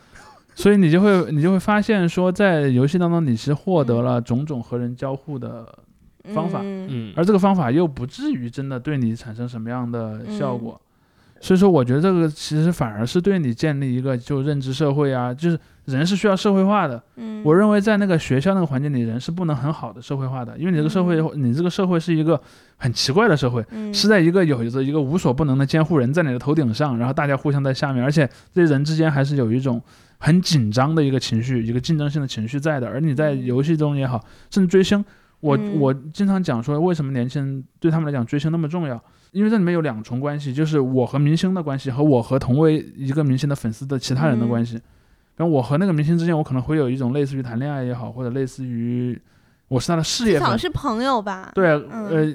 所以你就会你就会发现说，在游戏当中你是获得了种种和人交互的方法嗯嗯，而这个方法又不至于真的对你产生什么样的效果。所以说，我觉得这个其实反而是对你建立一个就认知社会啊，就是人是需要社会化的。嗯，我认为在那个学校那个环境里，人是不能很好的社会化的，因为你这个社会，你这个社会是一个很奇怪的社会，嗯是在一个有着一个无所不能的监护人在你的头顶上，然后大家互相在下面，而且这人之间还是有一种很紧张的一个情绪，一个竞争性的情绪在的。而你在嗯游戏中也好，甚至追星，我、嗯我经常讲说，为什么年轻人对他们来讲追星那么重要？因为这里面有两重关系，就是我和明星的关系和我和同为一个明星的粉丝的其他人的关嗯系。然后我和那个明星之间，我可能会有一种类似于谈恋爱也好，或者类似于我是他的事嗯至业粉少是朋友吧，对，嗯呃，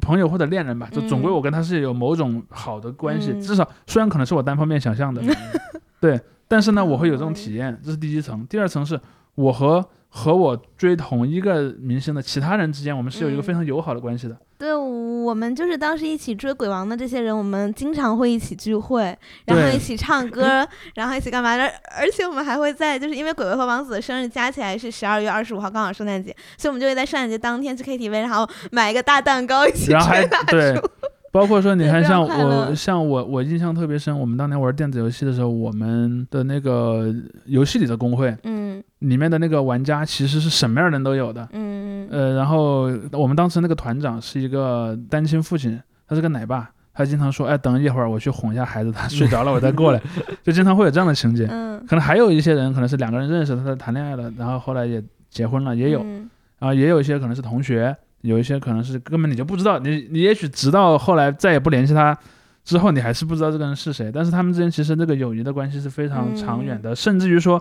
朋友或者恋人吧，就总归嗯我跟他是有某种好的关系，嗯至少虽然可能是我单方面想象的， 对，但是呢，我会有这种嗯体验，这是第一层。第二层是我和和我追同一个明星的其他人之间，我们是有一个非嗯常友好的关系的。对，我们就是当时一起追鬼王的这些人，我们经常会一起聚会，然后对一起唱歌，然后一起干嘛的。而且我们还会在，就是因为鬼鬼和王子的生日加起来是十二月二十五号，刚好圣诞节，所以我们就会在圣诞节当天去 KTV，然后买一个大蛋糕一起然后还吹蜡烛。 对，包括说你对看非常像快乐我像我我印象特别深，我们当年玩电子游戏的时候，我们的那个游戏里的公会嗯里面的那个玩家其实是什么样的人都有的。嗯嗯呃，然后我们当时那个团长是一个单亲父亲，他是个奶爸，他经常说，哎，等一会儿我去哄一下孩子，他睡着了我再过来，就经常会有这样的情节。嗯，可能还有一些人，可能是两个人认识，他在谈恋爱了，然后后来也结婚了，也有，嗯然后啊也有一些可能是同学，有一些可能是根本你就不知道，你你也许直到后来再也不联系他之后，你还是不知道这个人是谁。但是他们之间其实那个友谊的关系是非常长远嗯的，甚至于说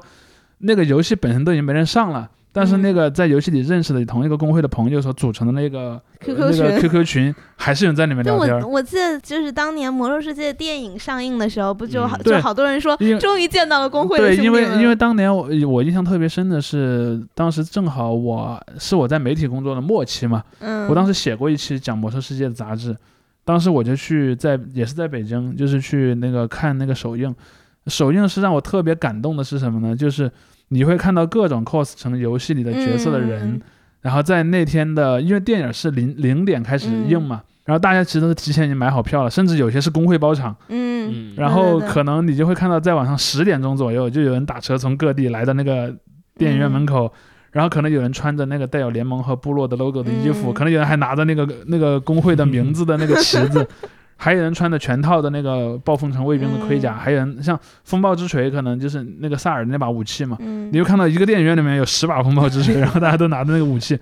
那个游戏本身都已经没人上了，但是嗯那个在游戏里认识的同一个公会的朋友所组成的那个 QQ 那群个 QQ 群，还是有人在里面对聊天我儿。我记得就是当年《魔兽世界》电影上映的时候，不就好、嗯就对好多人说因为，终于见到了工会的对，兄弟因为们因为当年我我印象特别深的是，当时正好我是我在媒体工作的末期嘛，嗯，我当时写过一期讲《魔兽世界》的杂志，当时我就去在也是在北京，就是去那个看那个首映。首映是让我特别感动的是什么呢？就是你会看到各种 cos 成游戏里的角色的人，嗯然后在那天的，因为电影是零零点开始嗯映嘛，然后大家其实都是提前已经买好票了，甚至有些是工会包场，嗯嗯，然对后对可能你就会看到在晚上十点钟左右，就有人打车从各地来到那个电影院嗯门口，然后可能有人穿着那个带有联盟和部落的 logo 的衣服，嗯可能有人还拿着那个那个工会的名字的那个旗 子，还有人穿着全套的那个暴风城卫兵的盔甲，嗯还有人像风暴之锤，可能就是那个萨尔那把武器嘛。嗯你就看到一个电影院里面有十把风暴 之锤，然后大家都拿着那个武器，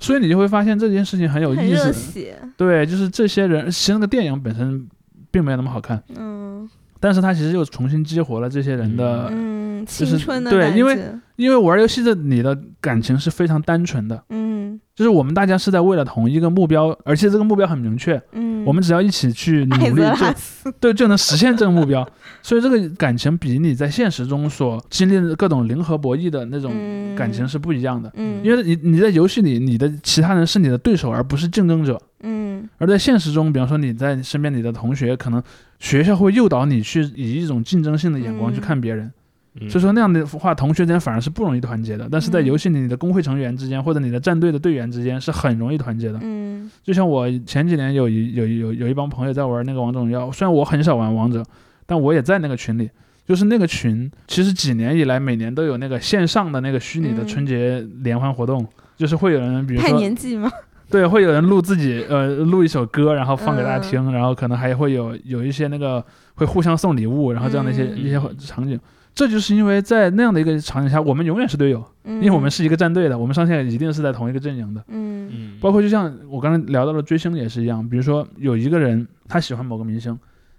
所以你就会发现这件事情很有很意热思。血，对，就是这些人，其实那个电影本身并没有那么好看。嗯但是他其实又重新激活了这些人的，嗯，呃是青春的对感因为觉因为玩游戏的你的感情是非常单纯的，嗯就是我们大家是在为了同一个目标，而且这个目标很明确，嗯，我们只要一起去艾努力泽拉就，斯，对就能实现这个目标，所以这个感情比你在现实中所经历的各种零和博弈的那种嗯，感情，是不一样的，嗯，因为你你在游戏里你的其他人是你的对手，而不是竞争者，嗯而在现实中，比方说你在身边你的同学，可能学校会诱导你去以一种竞争性的眼光去嗯看别人。嗯所以说那样的话，同学之间反而是不容易团结的。但是在嗯游戏里，你的工会成员之间或者你的战队的队员之间是很容易团结的。嗯就像我前几年有一有一有有一帮朋友在玩那个王者荣耀，虽然我很少玩王者，但我也在那个群里。就是那个群，其实几年以来每年都有那个线上的那个虚拟的嗯春节联欢活动，就是会有人比如太说年纪嘛，对，会有人录自己呃录一首歌，然后放给大嗯家听，然后可能还会有有一些那个会互相送礼物，然后这样的一些、嗯一些场景。这就是因为在那样的一个场景下，我们永远是队友，因因为我们是一个战队的，我们上线一定是在同一个阵营的。嗯嗯，包括就像我刚才聊到的追星也是一样，比如说有一个人他喜欢某个明星，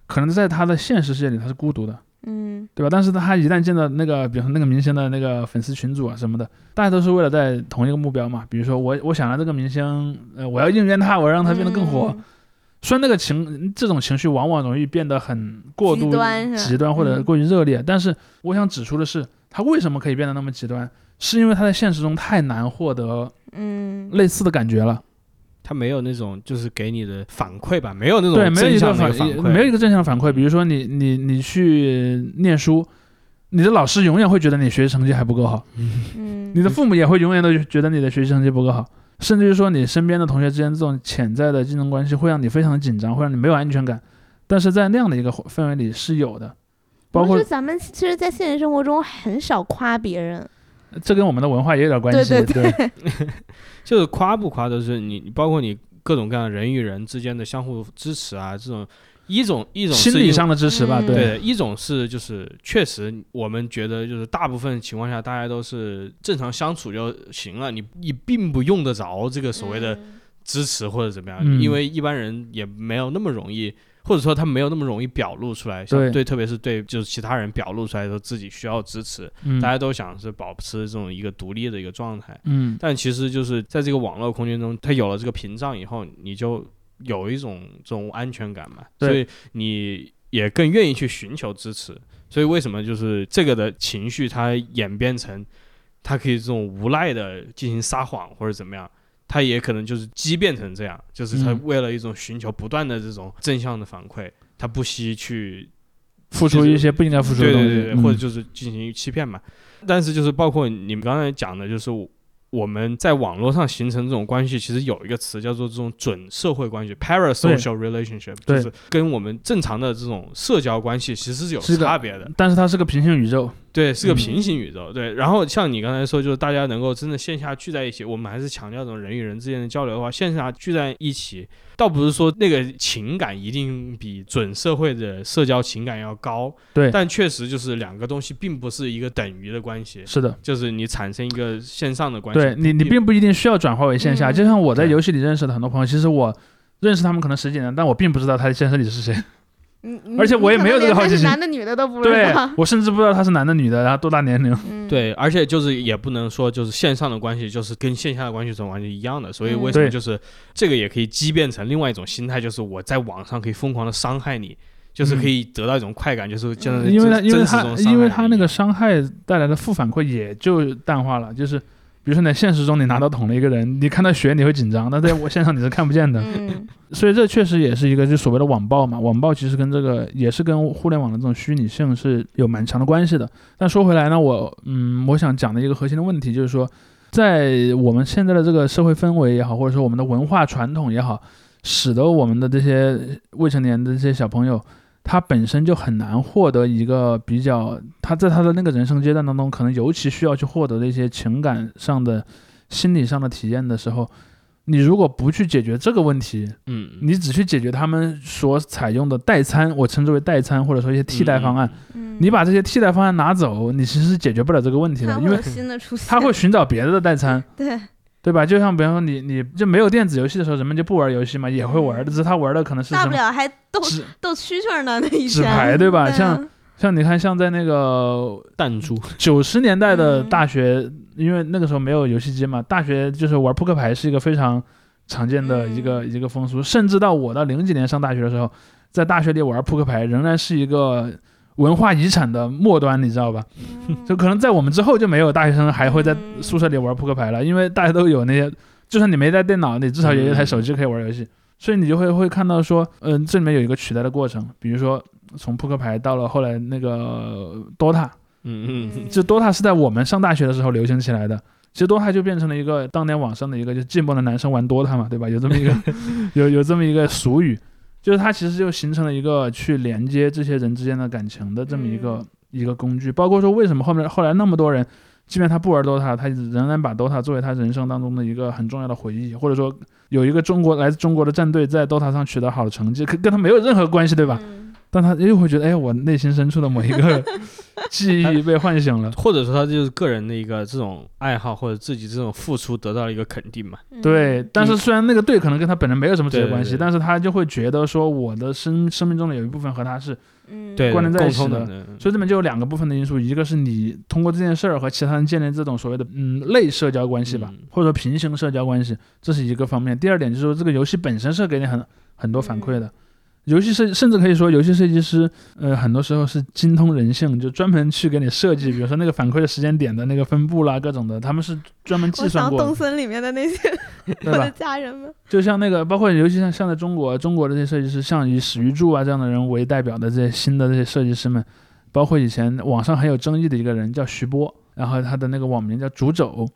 可能在他的现实世界里他是孤独的，嗯对吧？但是他一旦进到那个，比如说那个明星的那个粉丝群组啊什么的，大家都是为了在同一个目标嘛。比如说我 我想让这个明星，呃，我要应援他，我要让他变得更火。，嗯虽然那个情这种情绪往往容易变得很过度极端是吧极端或者嗯过于热烈，但是我想指出的是，他为什么可以变得那么极端，是因为他在现实中太难获得嗯类似的感觉了。他没有那种就是给你的反馈吧，没有那种对，没有正一个向的一反个反馈，没有一个正向反馈。比如说你你你去念书，你的老师永远会觉得你学习成绩还不够好，嗯， 你的父母也会永远都觉得你的学习成绩不够好，甚至于说你身边的同学之间这种潜在的竞争关系会让你非常的紧张，会让你没有安全感。但是在那样的一个氛围里是有的，包我括说咱们其实，在现实生活中很少夸别人，嗯这跟我们的文化也有点关系。对对对就是夸不夸都是你，包括你各种各样人与人之间的相互支持啊，这种一种一种心是理因上的支持吧，嗯对，一种是就是确实我们觉得就是大部分情况下大家都是正常相处就行了，你你并不用得着这个所谓的嗯支持或者怎么样，嗯因为一般人也没有那么容易，或者说他没有那么容易表露出来，对像对，特别是对就是其他人表露出来说自己需要支持，嗯大家都想是保持这种一个独立的一个状态。嗯，但其实就是在这个网络空间中，它有了这个屏障以后，你就有一种这种安全感嘛，对所以你也更愿意去寻求支持。所以为什么就是这个的情绪它演变成，它可以这种无赖的进行撒谎或者怎么样，它也可能就是畸变成这样，就是它嗯为了一种寻求不断的这种正向的反馈，它不惜去付出一些不应该付出的对东对西，对对，嗯或者就是进行欺骗嘛。但是就是包括你们刚才讲的，就是我们在网络上形成这种关系，其实有一个词叫做这种准社会关系 （parasocial relationship），就对是跟我们正常的这种社交关系其实是有是的差别的。但是它是个平行宇宙，对，是个嗯平行宇宙。对，然后像你刚才说，就是大家能够真的线下聚在一起，我们还是强调这种人与人之间的交流的话，线下聚在一起，倒不是说那个情感一定比准社会的社交情感要高，对但确实就是两个东西并不是一个等于的关系，是的，就是你产生一个线上的关系，对你你并并不一定需要转化为线下，嗯就像我在对游戏里认识的很多朋友，其实我。认识他们可能十几年，但我并不知道他在现实里是谁。你嗯你而且我也你可能没有这个连好他奇是心男的女的都不知 对道。我甚至不知道他是男的、女的，然后多大年龄。嗯，对，而且就是也不能说就是线上的关系就是跟线下的关系是完全一样的，所以嗯为什么对就是这个也可以畸变成另外一种心态，就是我在网上可以疯狂的伤害你，就是可以得到一种快感，就是真的嗯嗯因为他真因为真实他中伤害因为你他那个伤害带来的负反馈也就淡化了，就是。比如说你在现实中你拿刀捅了一个人，你看到血你会紧张，但在我现场你是看不见的， 嗯，所以这确实也是一个就所谓的网暴嘛。网暴其实跟这个也是跟互联网的这种虚拟性是有蛮强的关系的。但说回来呢，我嗯，我想讲的一个核心的问题就是说，在我们现在的这个社会氛围也好，或者说我们的文化传统也好，使得我们的这些未成年的这些小朋友，他本身就很难获得一个比较，他在他的那个人生阶段当中，可能尤其需要去获得的一些情感上的、心理上的体验的时候，你如果不去解决这个问题，嗯，你只去解决他们所采用的代餐，我称之为代餐，或者说一些替代方案。嗯你把这些替代方案拿走，你其实是解决不了这个问题他的，会因为有新的出现，他会寻找别的代餐， 对，对吧？就像比方说你你就没有电子游戏的时候，人们就不玩游戏嘛，也会玩，只是他玩的可能是大什不么了还斗纸斗蛐蛐儿呢，那一纸天牌，对吧？啊像像你看，像在那个嗯弹珠，九十年代的嗯大学，因为那个时候没有游戏机嘛，大学就是玩扑克牌是一个非常常见的一个、嗯一个风俗，甚至到我到零几年上大学的时候，在大学里玩扑克牌仍然是一个文化遗产的末端，你知道吧？嗯就可能在我们之后就没有大学生还会在嗯宿舍里玩扑克牌了，因为大家都有那些，就算你没带电脑，你至少也有一台手机可以玩游戏，所以你就会会看到说，嗯、这里面有一个取代的过程，比如说从扑克牌到了后来那个 DOTA。嗯嗯，就 DOTA 是在我们上大学的时候流行起来的。其实 DOTA 就变成了一个当年网上的一个，就是寂寞的男生玩 DOTA 嘛，对吧？有这么一个，有有这么一个俗语，就是它其实就形成了一个去连接这些人之间的感情的这么一个、嗯一个工具。包括说为什么后面后来那么多人，即便他不玩 DOTA，他仍然把 DOTA 作为他人生当中的一个很重要的回忆，或者说有一个中国来自中国的战队在 DOTA 上取得好的成绩，跟跟他没有任何关系，对吧？嗯但他又会觉得，哎，我内心深处的某一个 记忆被唤醒了。或者说他就是个人的一个这种爱好或者自己这种付出得到了一个肯定嘛，嗯对，但是虽然那个队可能跟他本人没有什么直接对对关系，对但是他就会觉得说我的生生命中的有一部分和他是，嗯对，关联在共一起通的的，所以这边就有两个部分的因素，一个是你通过这件事儿和其他人建立这种所谓的嗯类社交关系吧，嗯或者说平行社交关系，这是一个方面。第二点就是说这个游戏本身是给你很很多反馈嗯的。游戏设甚至可以说，游戏设计师，呃，很多时候是精通人性，就专门去给你设计，比如说那个反馈的时间点的那个分布啦，各种的，他们是专门计我算想过的东，森里面的那些我对吧的？家人们，就像那个，包括尤其像像在中国，中国的这些设计师，像以史玉柱啊这样的人为代表的这些新的这些设计师们，包括以前网上很有争议的一个人叫徐波，然后他的那个网名叫竹肘，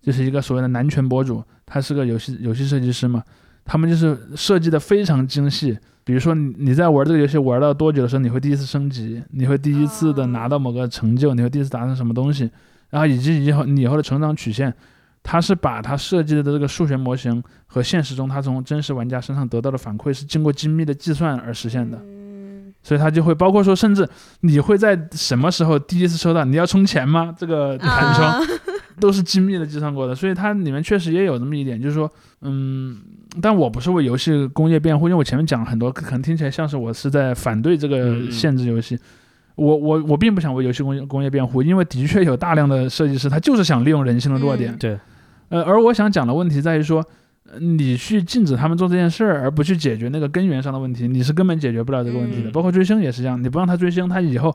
就是一个所谓的男权博主，他是个游戏游戏设计师嘛，他们就是设计的非常精细。比如说你你在玩这个游戏玩到多久的时候，你会第一次升级，你会第一次的拿到某个成就，你会第一次达成什么东西，然后以及以后你以后的成长曲线，他是把他设计的这个数学模型和现实中他从真实玩家身上得到的反馈是经过精密的计算而实现的。嗯，所以他就会包括说，甚至你会在什么时候第一次收到你要充钱吗？这个弹窗、啊都是精密的计算过的，所以它里面确实也有这么一点，就是说，嗯，但我不是为游戏工业辩护，因为我前面讲了很多，可能听起来像是我是在反对这嗯个嗯限制游戏。我我我并不想为游戏工业工业辩护，因为的确有大量的设计师他就是想利用人性的弱点，嗯对，呃，而我想讲的问题在于说，呃你去禁止他们做这件事儿，而不去解决那个根源上的问题，你是根本解决不了这个问题的。嗯包括追星也是一样，你不让他追星，他以后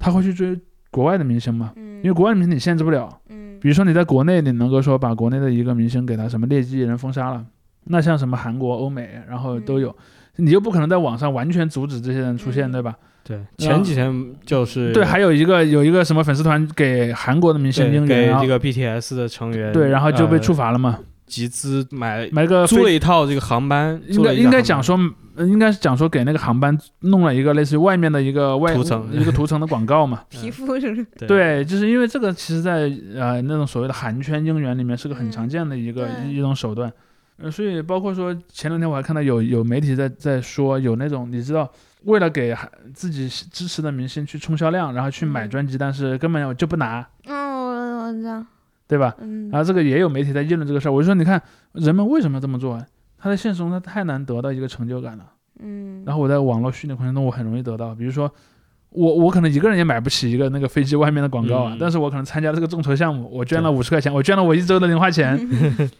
他会去追国外的明星嘛？嗯， 因为国外的明星你限制不了。嗯比如说你在国内，你能够说把国内的一个明星给他什么劣迹艺人封杀了，那像什么韩国、欧美，然后都有，你又不可能在网上完全阻止这些人出现，嗯对吧？对，前几天就是对，还有一个有一个什么粉丝团给韩国的明星对应给援，然后这个 BTS 的成员对，然后就被处呃罚了嘛，集资买买个飞租了一套这个航班，应租该了一应架该航讲班说，呃应该是讲说给那个航班弄了一个类似于外面的一个外涂层。一个涂层的广告嘛皮肤是不是？ 对对，就是因为这个，其实在，呃那种所谓的韩圈应援里面是个很常见的一个、嗯对一种手段。呃，所以包括说前两天我还看到有有媒体在在说有那种你知道为了给韩自己支持的明星去冲销量，然后去买嗯专辑，但是根本就不拿，嗯，我我知道，对吧？嗯然后这个也有媒体在议论这个事儿，我就说你看人们为什么这么做啊？他在现实中他太难得到一个成就感了。嗯，然后后我在网络虚拟空间中，我很容易得到，比如说我我可能一个人也买不起一个那个飞机外面的广告啊，嗯但是我可能参加了这个众筹项目，我捐了对五十块钱，我捐了我一周的零花钱，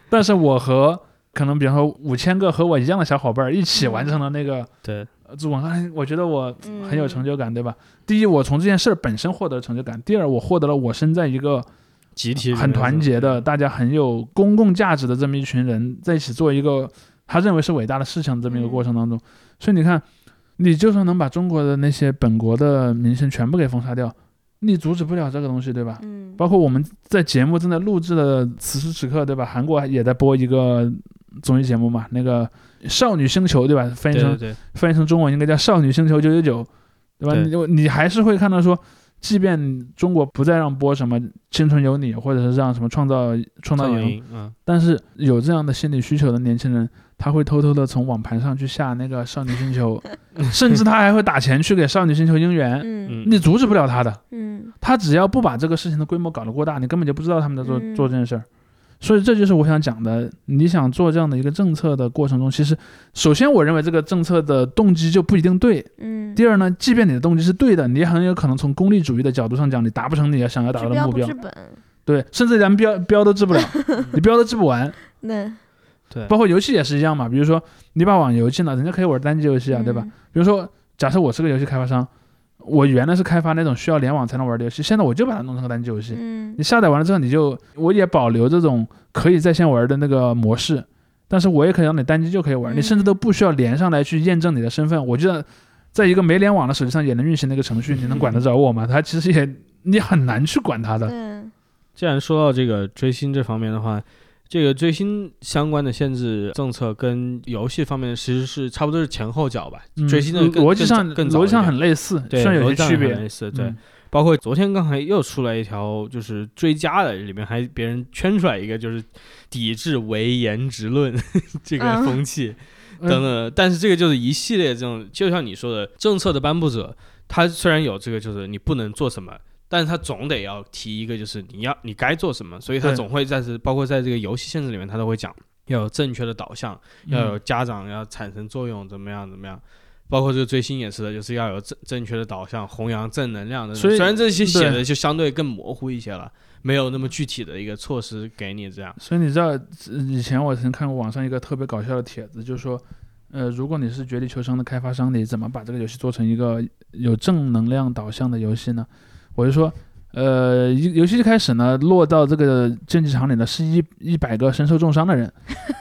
但是我和可能比方说五千个和我一样的小伙伴儿一起完成了那个对呃做广告，哎我觉得我很有成就感，对吧？第一，我从这件事儿本身获得成就感；第二，我获得了我身在一个集体里很面团是结的，大家很有公共价值的这么一群人在一起做一个他认为是伟大的事情的这么一个过程当中，所以你看，你就算能把中国的那些本国的明星全部给封杀掉，你阻止不了这个东西，对吧？嗯，包括我们在节目正在录制的此时此刻，对吧？韩国也在播一个综艺节目嘛，那个《少女星球》，对吧？翻译对成对对，翻译成中文应该叫《少女星球九九九》，对吧？对你就你还是会看到说，即便中国不再让播什么《青春有你》，或者是让什么创造创造赵营，莹嗯，但是有这样的心理需求的年轻人，他会偷偷的从网盘上去下那个《少女星球》，甚至他还会打钱去给《少女星球》应援，嗯嗯你阻止不了他的。嗯他只要不把这个事情的规模搞得过大，你根本就不知道他们在做、嗯做这件事儿。所以这就是我想讲的，你想做这样的一个政策的过程中，其实首先我认为这个政策的动机就不一定对。嗯，第二呢，即便你的动机是对的，你也很有可能从功利主义的角度上讲，你达不成你要想要达治到的标目不标治。本，对，甚至连标标都治不 了，你标都治不完。对，对，包括游戏也是一样嘛，比如说你把网游禁了，人家可以玩单机游戏啊，对吧？嗯？比如说，假设我是个游戏开发商，我原来是开发那种需要联网才能玩的游戏，现在我就把它弄成个单机游戏。嗯你下载完了之后，你就我也保留这种可以在线玩的那个模式，但是我也可以让你单机就可以玩，嗯你甚至都不需要连上来去验证你的身份。我觉得，在一个没联网的手机上也能运行那个程序，你能管得着我吗？它其实也你很难去管它的。对，既然说到这个追星这方面的话，这个追星相关的限制政策跟游戏方面其实是差不多是前后脚吧。嗯追星的更逻辑上更早逻辑上很类似，对，虽然有逻些辑上区别很。类似，对。嗯包括昨天刚才又出来一条，就是追加的，里面还别人圈出来一个，就是抵制唯颜值论 这个嗯风气、嗯等等。但是这个就是一系列这种，就像你说的，政策的颁布者，他虽然有这个，就是你不能做什么。但是他总得要提一个，就是你要你该做什么，所以他对总会在这，包括在这个游戏限制里面，他都会讲要有正确的导向，嗯要有家长要产生作用，怎么样怎么样。包括这个追星也是的，就是要有正正确的导向，弘扬正能量的。所以虽然这些写的对就相对更模糊一些了，没有那么具体的一个措施给你这样。所以你知道，呃以前我曾看过网上一个特别搞笑的帖子，就是说，呃，如果你是《绝地求生》的开发商，你怎么把这个游戏做成一个有正能量导向的游戏呢？我就说，呃，游游戏一开始呢，落到这个竞技场里呢，是一一百个身受重伤的人，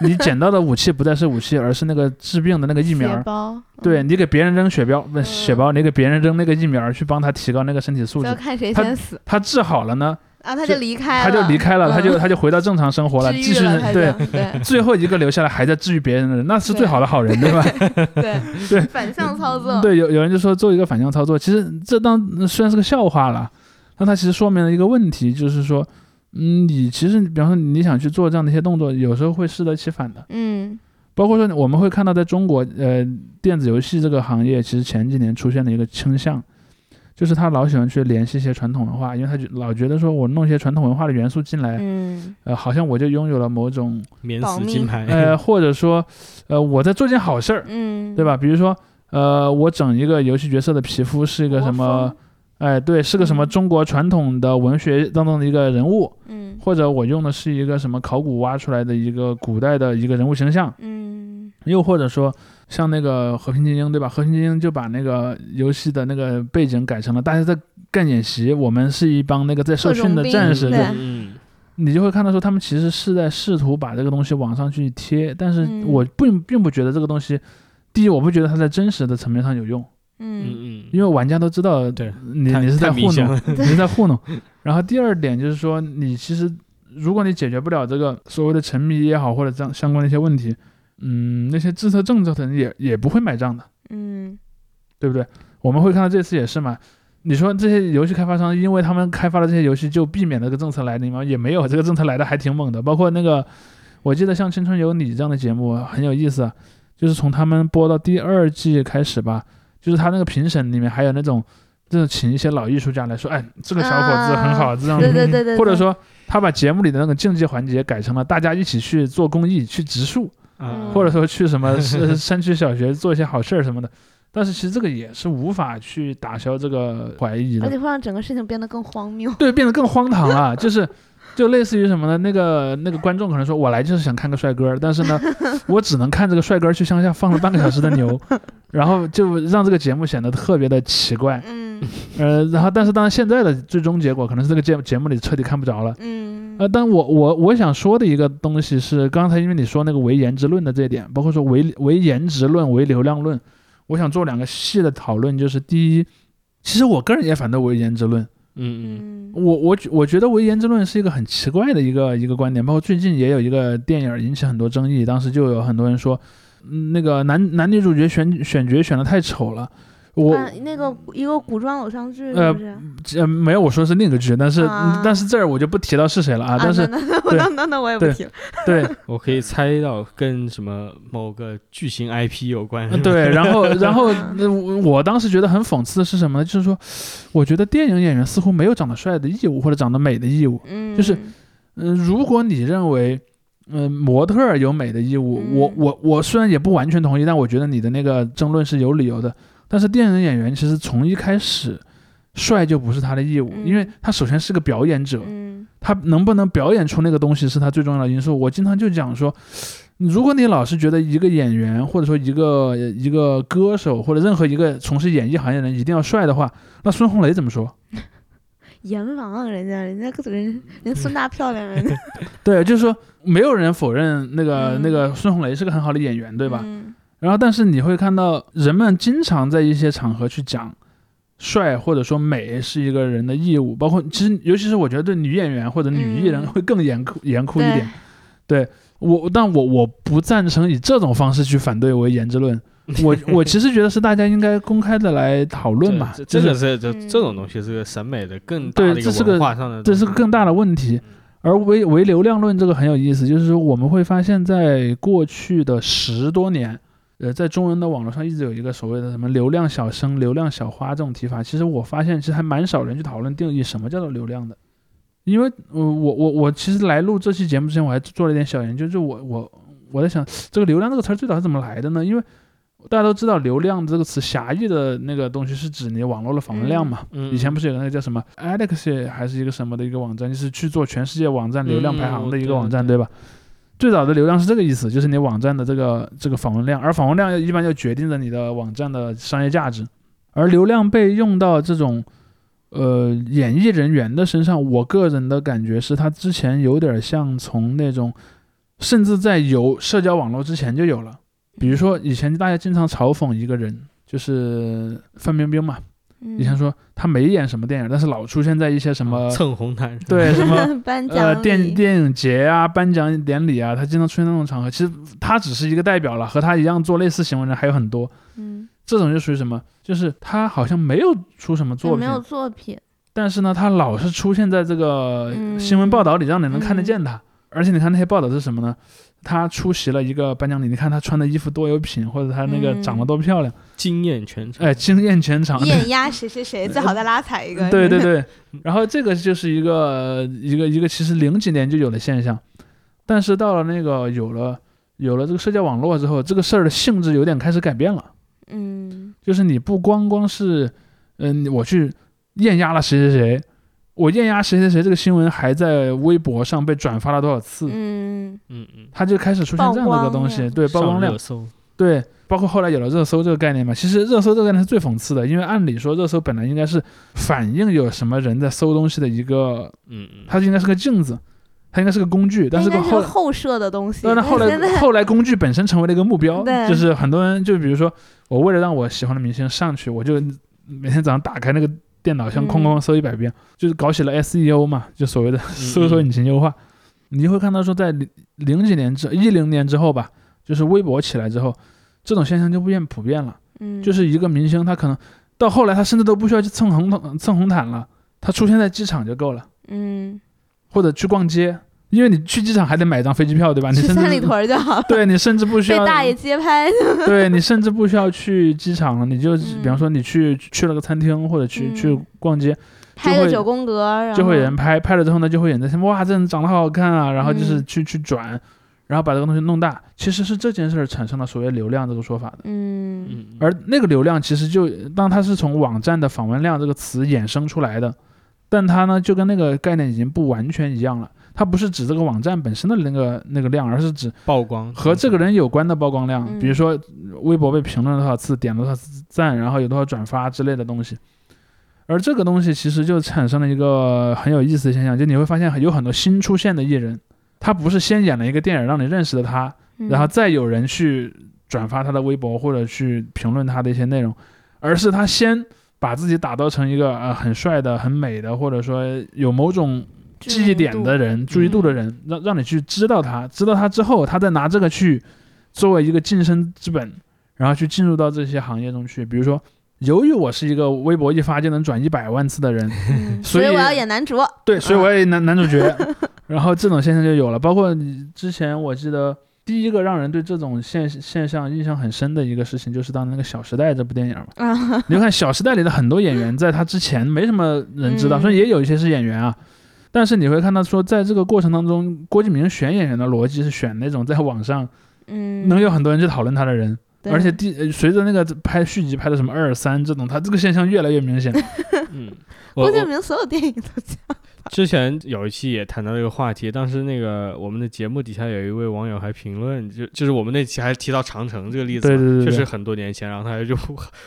你捡到的武器不再是武器，而是那个治病的那个疫苗血儿。包，对嗯，你给别人扔血标，不是血嗯包，你给别人扔那个疫苗儿，去帮他提高那个身体素就要质。看谁他先死他治好了呢，啊，他就就离开他就离开了，他就嗯他就回到正常生活了，治愈继续了他就对。对 最后一个留下来还在治愈别人的人，那是最对好的好人，对吧？对 对反向操作，对，有有人就说做一个反向操作，其实这当虽然是个笑话啦，但它其实说明了一个问题，就是说，嗯，你其实比方说你想去做这样的一些动作，有时候会适得其反的。嗯包括说我们会看到，在中国，呃，电子游戏这个行业其实前几年出现了一个倾向，就是他老喜欢去联系一些传统文化，因为他就老觉得说我弄一些传统文化的元素进来，嗯，呃，好像我就拥有了某种，免保死密金牌，呃， 或者说，呃，我在做件好事儿，嗯，对吧？？比如说，呃，我整一个游戏角色的皮肤是一个什么？？哎，对，是个什么嗯中国传统的文学当中的一个人物，嗯或者我用的是一个什么考古挖出来的一个古代的一个人物形象，嗯又或者说像那个《和平精英》，对吧？《和平精英》就把那个游戏的那个背景改成了大家在干演习，我们是一帮那个在受特种训的兵战嗯是士，对对，嗯，你就会看到说他们其实是在试图把这个东西往上去贴，但是嗯我并并不觉得这个东西，第一，我不觉得它在真实的层面上有用。嗯嗯嗯，因为玩家都知道，对你太你是在太迷糊信弄了， 你是在糊弄。然后第二点就是说，你其实如果你解决不了这个所谓的沉迷也好，或者这样相关的一些问题，嗯，那些自测症状的人也也不会买账的，嗯对不对？我们会看到这次也是嘛。你说这些游戏开发商，因为他们开发了这些游戏，就避免了这个政策来临吗？也没有，这个政策来的还挺猛的。包括那个，我记得像《青春有你》这样的节目很有意思，啊，就是从他们播到第二季开始吧，就是他那个评审里面还有那种，就是请一些老艺术家来说，哎，这个小伙子很好，这样对对对对，或者对说他把节目里的那个竞技环节改成了大家一起去做公益、去植树，嗯啊或者说去什么山山区小学做一些好事儿什么的。但是其实这个也是无法去打消这个怀疑而的且，会让整个事情变得更荒谬。对，变得更荒唐了。就是，就类似于什么呢？那个那个观众可能说，我来就是想看个帅哥儿，但是呢，我只能看这个帅哥儿去乡下放了半个小时的 牛，然后就让这个节目显得特别的奇怪。 嗯呃，然后但是当然现在的最终结果可能是这个节节目里彻底看不着了。嗯呃，但我我我想说的一个东西是，刚才因为你说那个唯颜值论的这一点，包括说唯唯颜值论、唯流量论，我想做两个细的讨论。就是第一，其实我个人也反对唯颜值论，嗯嗯嗯我我觉我觉得唯颜值论是一个很奇怪的一个一个观点，包括最近也有一个电影引起很多争议，当时就有很多人说，嗯，那个男男女主角选选角选的太丑了。我、啊那个一个古装偶像剧是呃不是？呃没有我说是另一个剧，但是、啊但是这儿我就不提到是谁了啊，但是那那对那那那我也不对听。对，我可以猜到跟什么某个巨型 IP 有关，是吧，呃 对，然后然后嗯那我我当时觉得很讽刺的是什么呢？就是说，我觉得电影演员似乎没有长得帅的义务或者长得美的义务。嗯，就是嗯、如果你认为，嗯、模特儿有美的义务，我嗯我我虽然也不完全同意，但我觉得你的那个争论是有理由的。但是电影演员其实从一开始，帅就不是他的义务，因为嗯他首先是个表演者，嗯他能不能表演出那个东西是他最重要的因素。我经常就讲说，如果你老是觉得一个演员或者说一个一个歌手或者任何一个从事演艺行业的人一定要帅的话，那孙红雷怎么说？阎王啊人家人家人嗯人家孙大漂亮啊人家对，就是说没有人否认那个、嗯那个孙红雷是个很好的演员，对吧？嗯然后但是你会看到人们经常在一些场合去讲。帅或者说美是一个人的义务，包括其实尤其是我觉得对女演员或者女艺人嗯会更严酷、严酷一对点。我但我我不赞成以这种方式去反对唯颜值论。我我其实觉得是大家应该公开的来讨论 嘛，这就这是个是这嗯这种东西是个审美的更大对的一这是个文化上的，这是个更大的问题。而唯唯流量论这个很有意思，就是说我们会发现，在过去的十多年，呃，在中文的网络上一直有一个所谓的什么“流量小生”“流量小花”这种提法。其实我发现，其实还蛮少人去讨论定义什么叫做流量的。因为，呃、我我我其实来录这期节目之前，我还做了一点小研究，就是我我我在想，这个“流量”这个词儿最早是怎么来的呢？因为大家都知道“流量”这个词狭义的那个东西是指你网络的访问量嘛，嗯以前不是有那个叫什么 Alex 还是一个什么的一个网站，就是去做全世界网站流量排行的一个网站，嗯对吧？最早的流量是这个意思，就是你网站的这个这个访问量，而访问量一般就决定着你的网站的商业价值。而流量被用到这种呃演艺人员的身上，我个人的感觉是他之前有点像从那种，甚至在有社交网络之前就有了。比如说以前大家经常嘲讽一个人，就是范冰冰嘛，以前嗯，说她没演什么电影，但是老出现在一些什么、啊蹭红毯，对什么 颁呃奖电礼电影节啊、颁奖典礼啊，她经常出现在那种场合。其实她只是一个代表了，和她一样做类似行为的人还有很多。嗯，这种就属于什么？就是她好像没有出什么有作没品，有作 品？但是呢，她老是出现在这个嗯新闻报道里，让你能看得见她。而且你看那些报道是什么呢？她出席了一个颁奖礼，你看她穿的衣服多有品，或者她那个嗯长得多漂亮，惊艳全场。哎，惊艳全场。艳压谁谁谁，最好再拉踩一个。呃嗯对对对，然后这个就是一个一个一个，其实零几年就有的现象，但是到了那个有了有了这个社交网络之后，这个事儿的性质有点开始改变了，嗯，就是你不光光是嗯、我去艳压了谁谁谁，我艳压谁谁谁这个新闻还在微博上被转发了多少次，嗯嗯嗯，它就开始出现这样的一个东西，曝光量对曝光上量热，搜，对，包括后来有了热搜这个概念嘛。其实热搜这个概念是最讽刺的，因为按理说热搜本来应该是反映有什么人在搜东西的一个，嗯嗯，它就应该是个镜子，它应该是个工具，但那是应该后是来。后设的东西。但是后 现来，在后来工具本身成为了一个目标，对就是很多人，就比如说，我为了让我喜欢的明星上去，我就每天早上打开那个电脑，像哐嗯哐哐搜一百遍，就是搞起了 SEO 嘛，就所谓的搜索引擎优化，你就会看到说，在零零几年之一零年之后吧，就是微博起来之后，这种现象就不变普遍了。嗯，就是一个明星，他可能到后来他甚至都不需要去蹭红毯蹭红毯了，他出现在机场就够了，嗯，或者去逛街，因为你去机场还得买张飞机票，对吧？你去甚三里至屯儿就好了， 对你甚至不 需被要，大爷街拍。 对你甚至不需要去机场了，你就比方说你去去了个餐厅或者去、嗯去逛街，拍个会九宫格，然后就会有人拍，拍了之后呢，就会有人在下面哇，这人长得好好看啊，然后就是嗯去、去转，然后把这个东西弄大。其实是这件事儿产生了所谓流量这个说法的，嗯嗯，嗯而那个流量其实就当它是从网站的访问量这个词衍生出来的，但它呢就跟那个概念已经不完全一样了。它不是指这个网站本身的那个那个量，而是指曝光和这个人有关的曝光量，嗯比如说微博被评论了多少次，点了多少次赞，然后有多少转发之类的东西。而这个东西其实就产生了一个很有意思的现象，就你会发现有很多新出现的艺人，他不是先演了一个电影让你认识的他，嗯然后再有人去转发他的微博或者去评论他的一些内容，而是他先把自己打造成一个呃很帅的、很美的，或者说有某种记忆点的人、注意度的嗯人，让让你去知道他，知道他之后，他再拿这个去作为一个晋升资本，然后去进入到这些行业中去。比如说，由于我是一个微博一发就能转一百万次的人，嗯所所以我要演男主，对，所以啊我也男男 主角，然后这种现象就有了。包括你之前，我记得第一个让人对这种现现象印象很深的一个事情，就是当那个《小时代》这部电影嘛，啊，你就看《小时代》里的很多演员，在他之前没什么人知道，嗯虽然也有一些是演员啊，但是你会看到说，在这个过程当中，郭敬明选演员的逻辑是选那种在网上嗯，能有很多人去讨论他的人，对而且第呃随着那个拍续集拍的什么二三这种，他这个现象越来越 明显。嗯，我郭敬我明所有电影都这样，之前有一期也谈到这个话题，当时那个我们的节目底下有一位网友还评论，就就是我们那期还提到长城这个例子嘛，对对对确对实很多年前，然后他就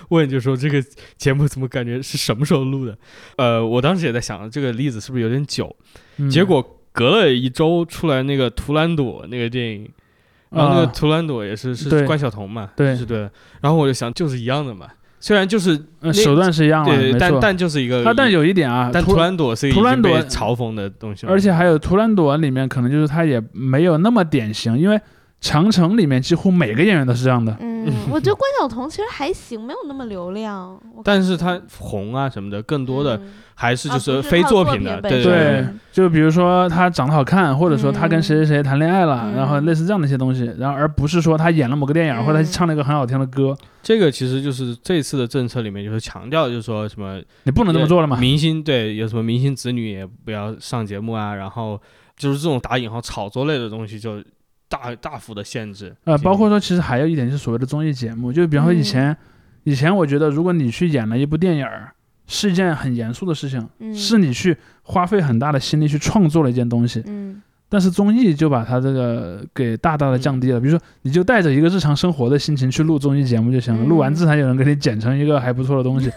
问就说这个节目怎么感觉是什么时候录的？呃，我当时也在想这个例子是不是有点久，嗯结果隔了一周出来那个《图兰朵》那个电影，然后那个啊《图兰朵》也是对是关晓彤嘛，对是对的。然后我就想，就是一样的嘛，虽然就是嗯手段是一样的，对，没但错。但就是一个，他但有一点啊，但图图兰朵是已图兰经朵被嘲讽的东西了，而且还有图兰朵里面可能就是他也没有那么典型，因为长城里面几乎每个演员都是这样的。 嗯，我觉得关晓彤其实还行，没有那么流量，我但是它红啊什么的，更多的嗯还是就啊不是非靠作作品品的，本对身对对，就比如说他长得好看，或者说他跟嗯谁谁谁谈恋爱了，嗯然后类似这样的一些东西，然后而不是说他演了某个电影，嗯或者他唱了一个很好听的歌，这个其实就是这次的政策里面就是强调，就是说什么你不能这么做了嘛？明星对有什么明星子女也不要上节目啊，然后就是这种打引号炒作类的东西就大大幅的限制，呃，包括说其实还有一点就是所谓的综艺节目，就比方说以前，以前我觉得如果你去演了一部电影儿，是一件很严肃的事情，嗯是你去花费很大的心力去创作了一件东西，嗯但是综艺就把它这个给大大的降低了。比如说，你就带着一个日常生活的心情去录综艺节目就行了，嗯嗯 录完自然有人给你剪成一个还不错的东西。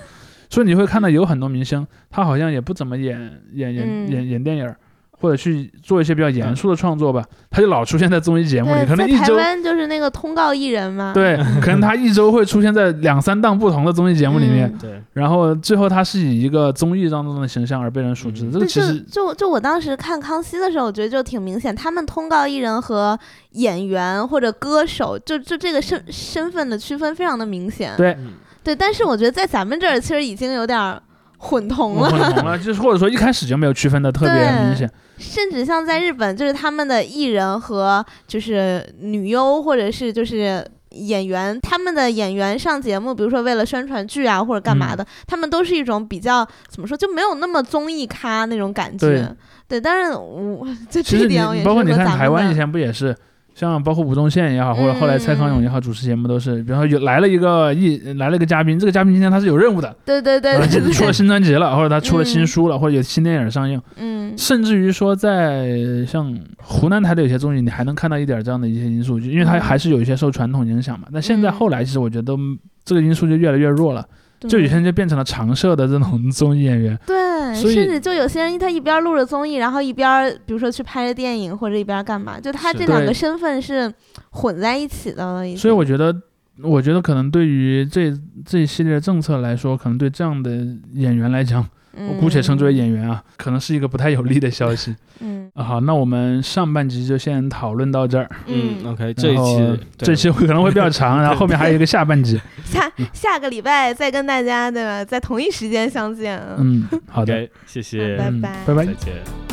所以你会看到有很多明星，他好像也不怎么演演演嗯演演电影儿，或者去做一些比较严肃的创作吧，他就老出现在综艺节目里，可能一嗯在台周。湾就是那个通告艺人嘛， 对，可能他一周会出现在两三档不同的综艺节目里面，嗯对，然后最后他是以一个综艺当中的形象而被人熟知的。嗯这个其实就就就我当时看《康熙》的时候，我觉得就挺明显，他们通告艺人和演员或者歌手，就就这个身身份的区分非常的明显。对嗯对但是我觉得在咱们这儿其实已经有点儿混同我了，混同了，就是或者说一开始就没有区分的特别对明显。甚至像在日本，就是他们的艺人和就是女优或者是就是。演员他们的演员上节目，比如说为了宣传剧啊或者干嗯嘛的，他们都是一种比较怎么说，就没有那么综艺咖那种感觉。对，但是我就其这一实点我也你是包括你和看咱们台湾的以前不也是，像包括吴宗宪也好，或者后来蔡嗯康永也好，主持节目都是，比方说有来了一个艺来了一个嘉宾，这个嘉宾今天他是有任务的，对对对然后对今天出了对，新专辑了，或者他出了新嗯书了，或者有新电影上映，嗯甚至于说在像湖南台的有些综艺，你还能看到一点这样的一些因素，就因为它嗯还是有一些受传统影响嘛。但现在嗯后来其实我觉得都这个因素就越来越弱了，对 就有些人就变成了常设的这种综艺演员。对，所以甚至就有些人他一边录着综艺，然后一边比如说去拍着电影或者一边干嘛，就他是这两对个身份是混在一起的了已经。所以我觉得，我觉得可能对于这这一系列政策来说，可能对这样的演员来讲，我姑且称之为演员啊，可能是一个不太有利的消息 嗯啊。好，那我们上半集就先讨论到这儿，嗯嗯， ，OK，这一然后期这期会可能会比 较长，然后后面还有一个下半集。下下个礼拜再跟大家对吧，在同一时间相见啊。嗯，好的。 ，OK，谢谢，拜嗯拜拜拜再。见。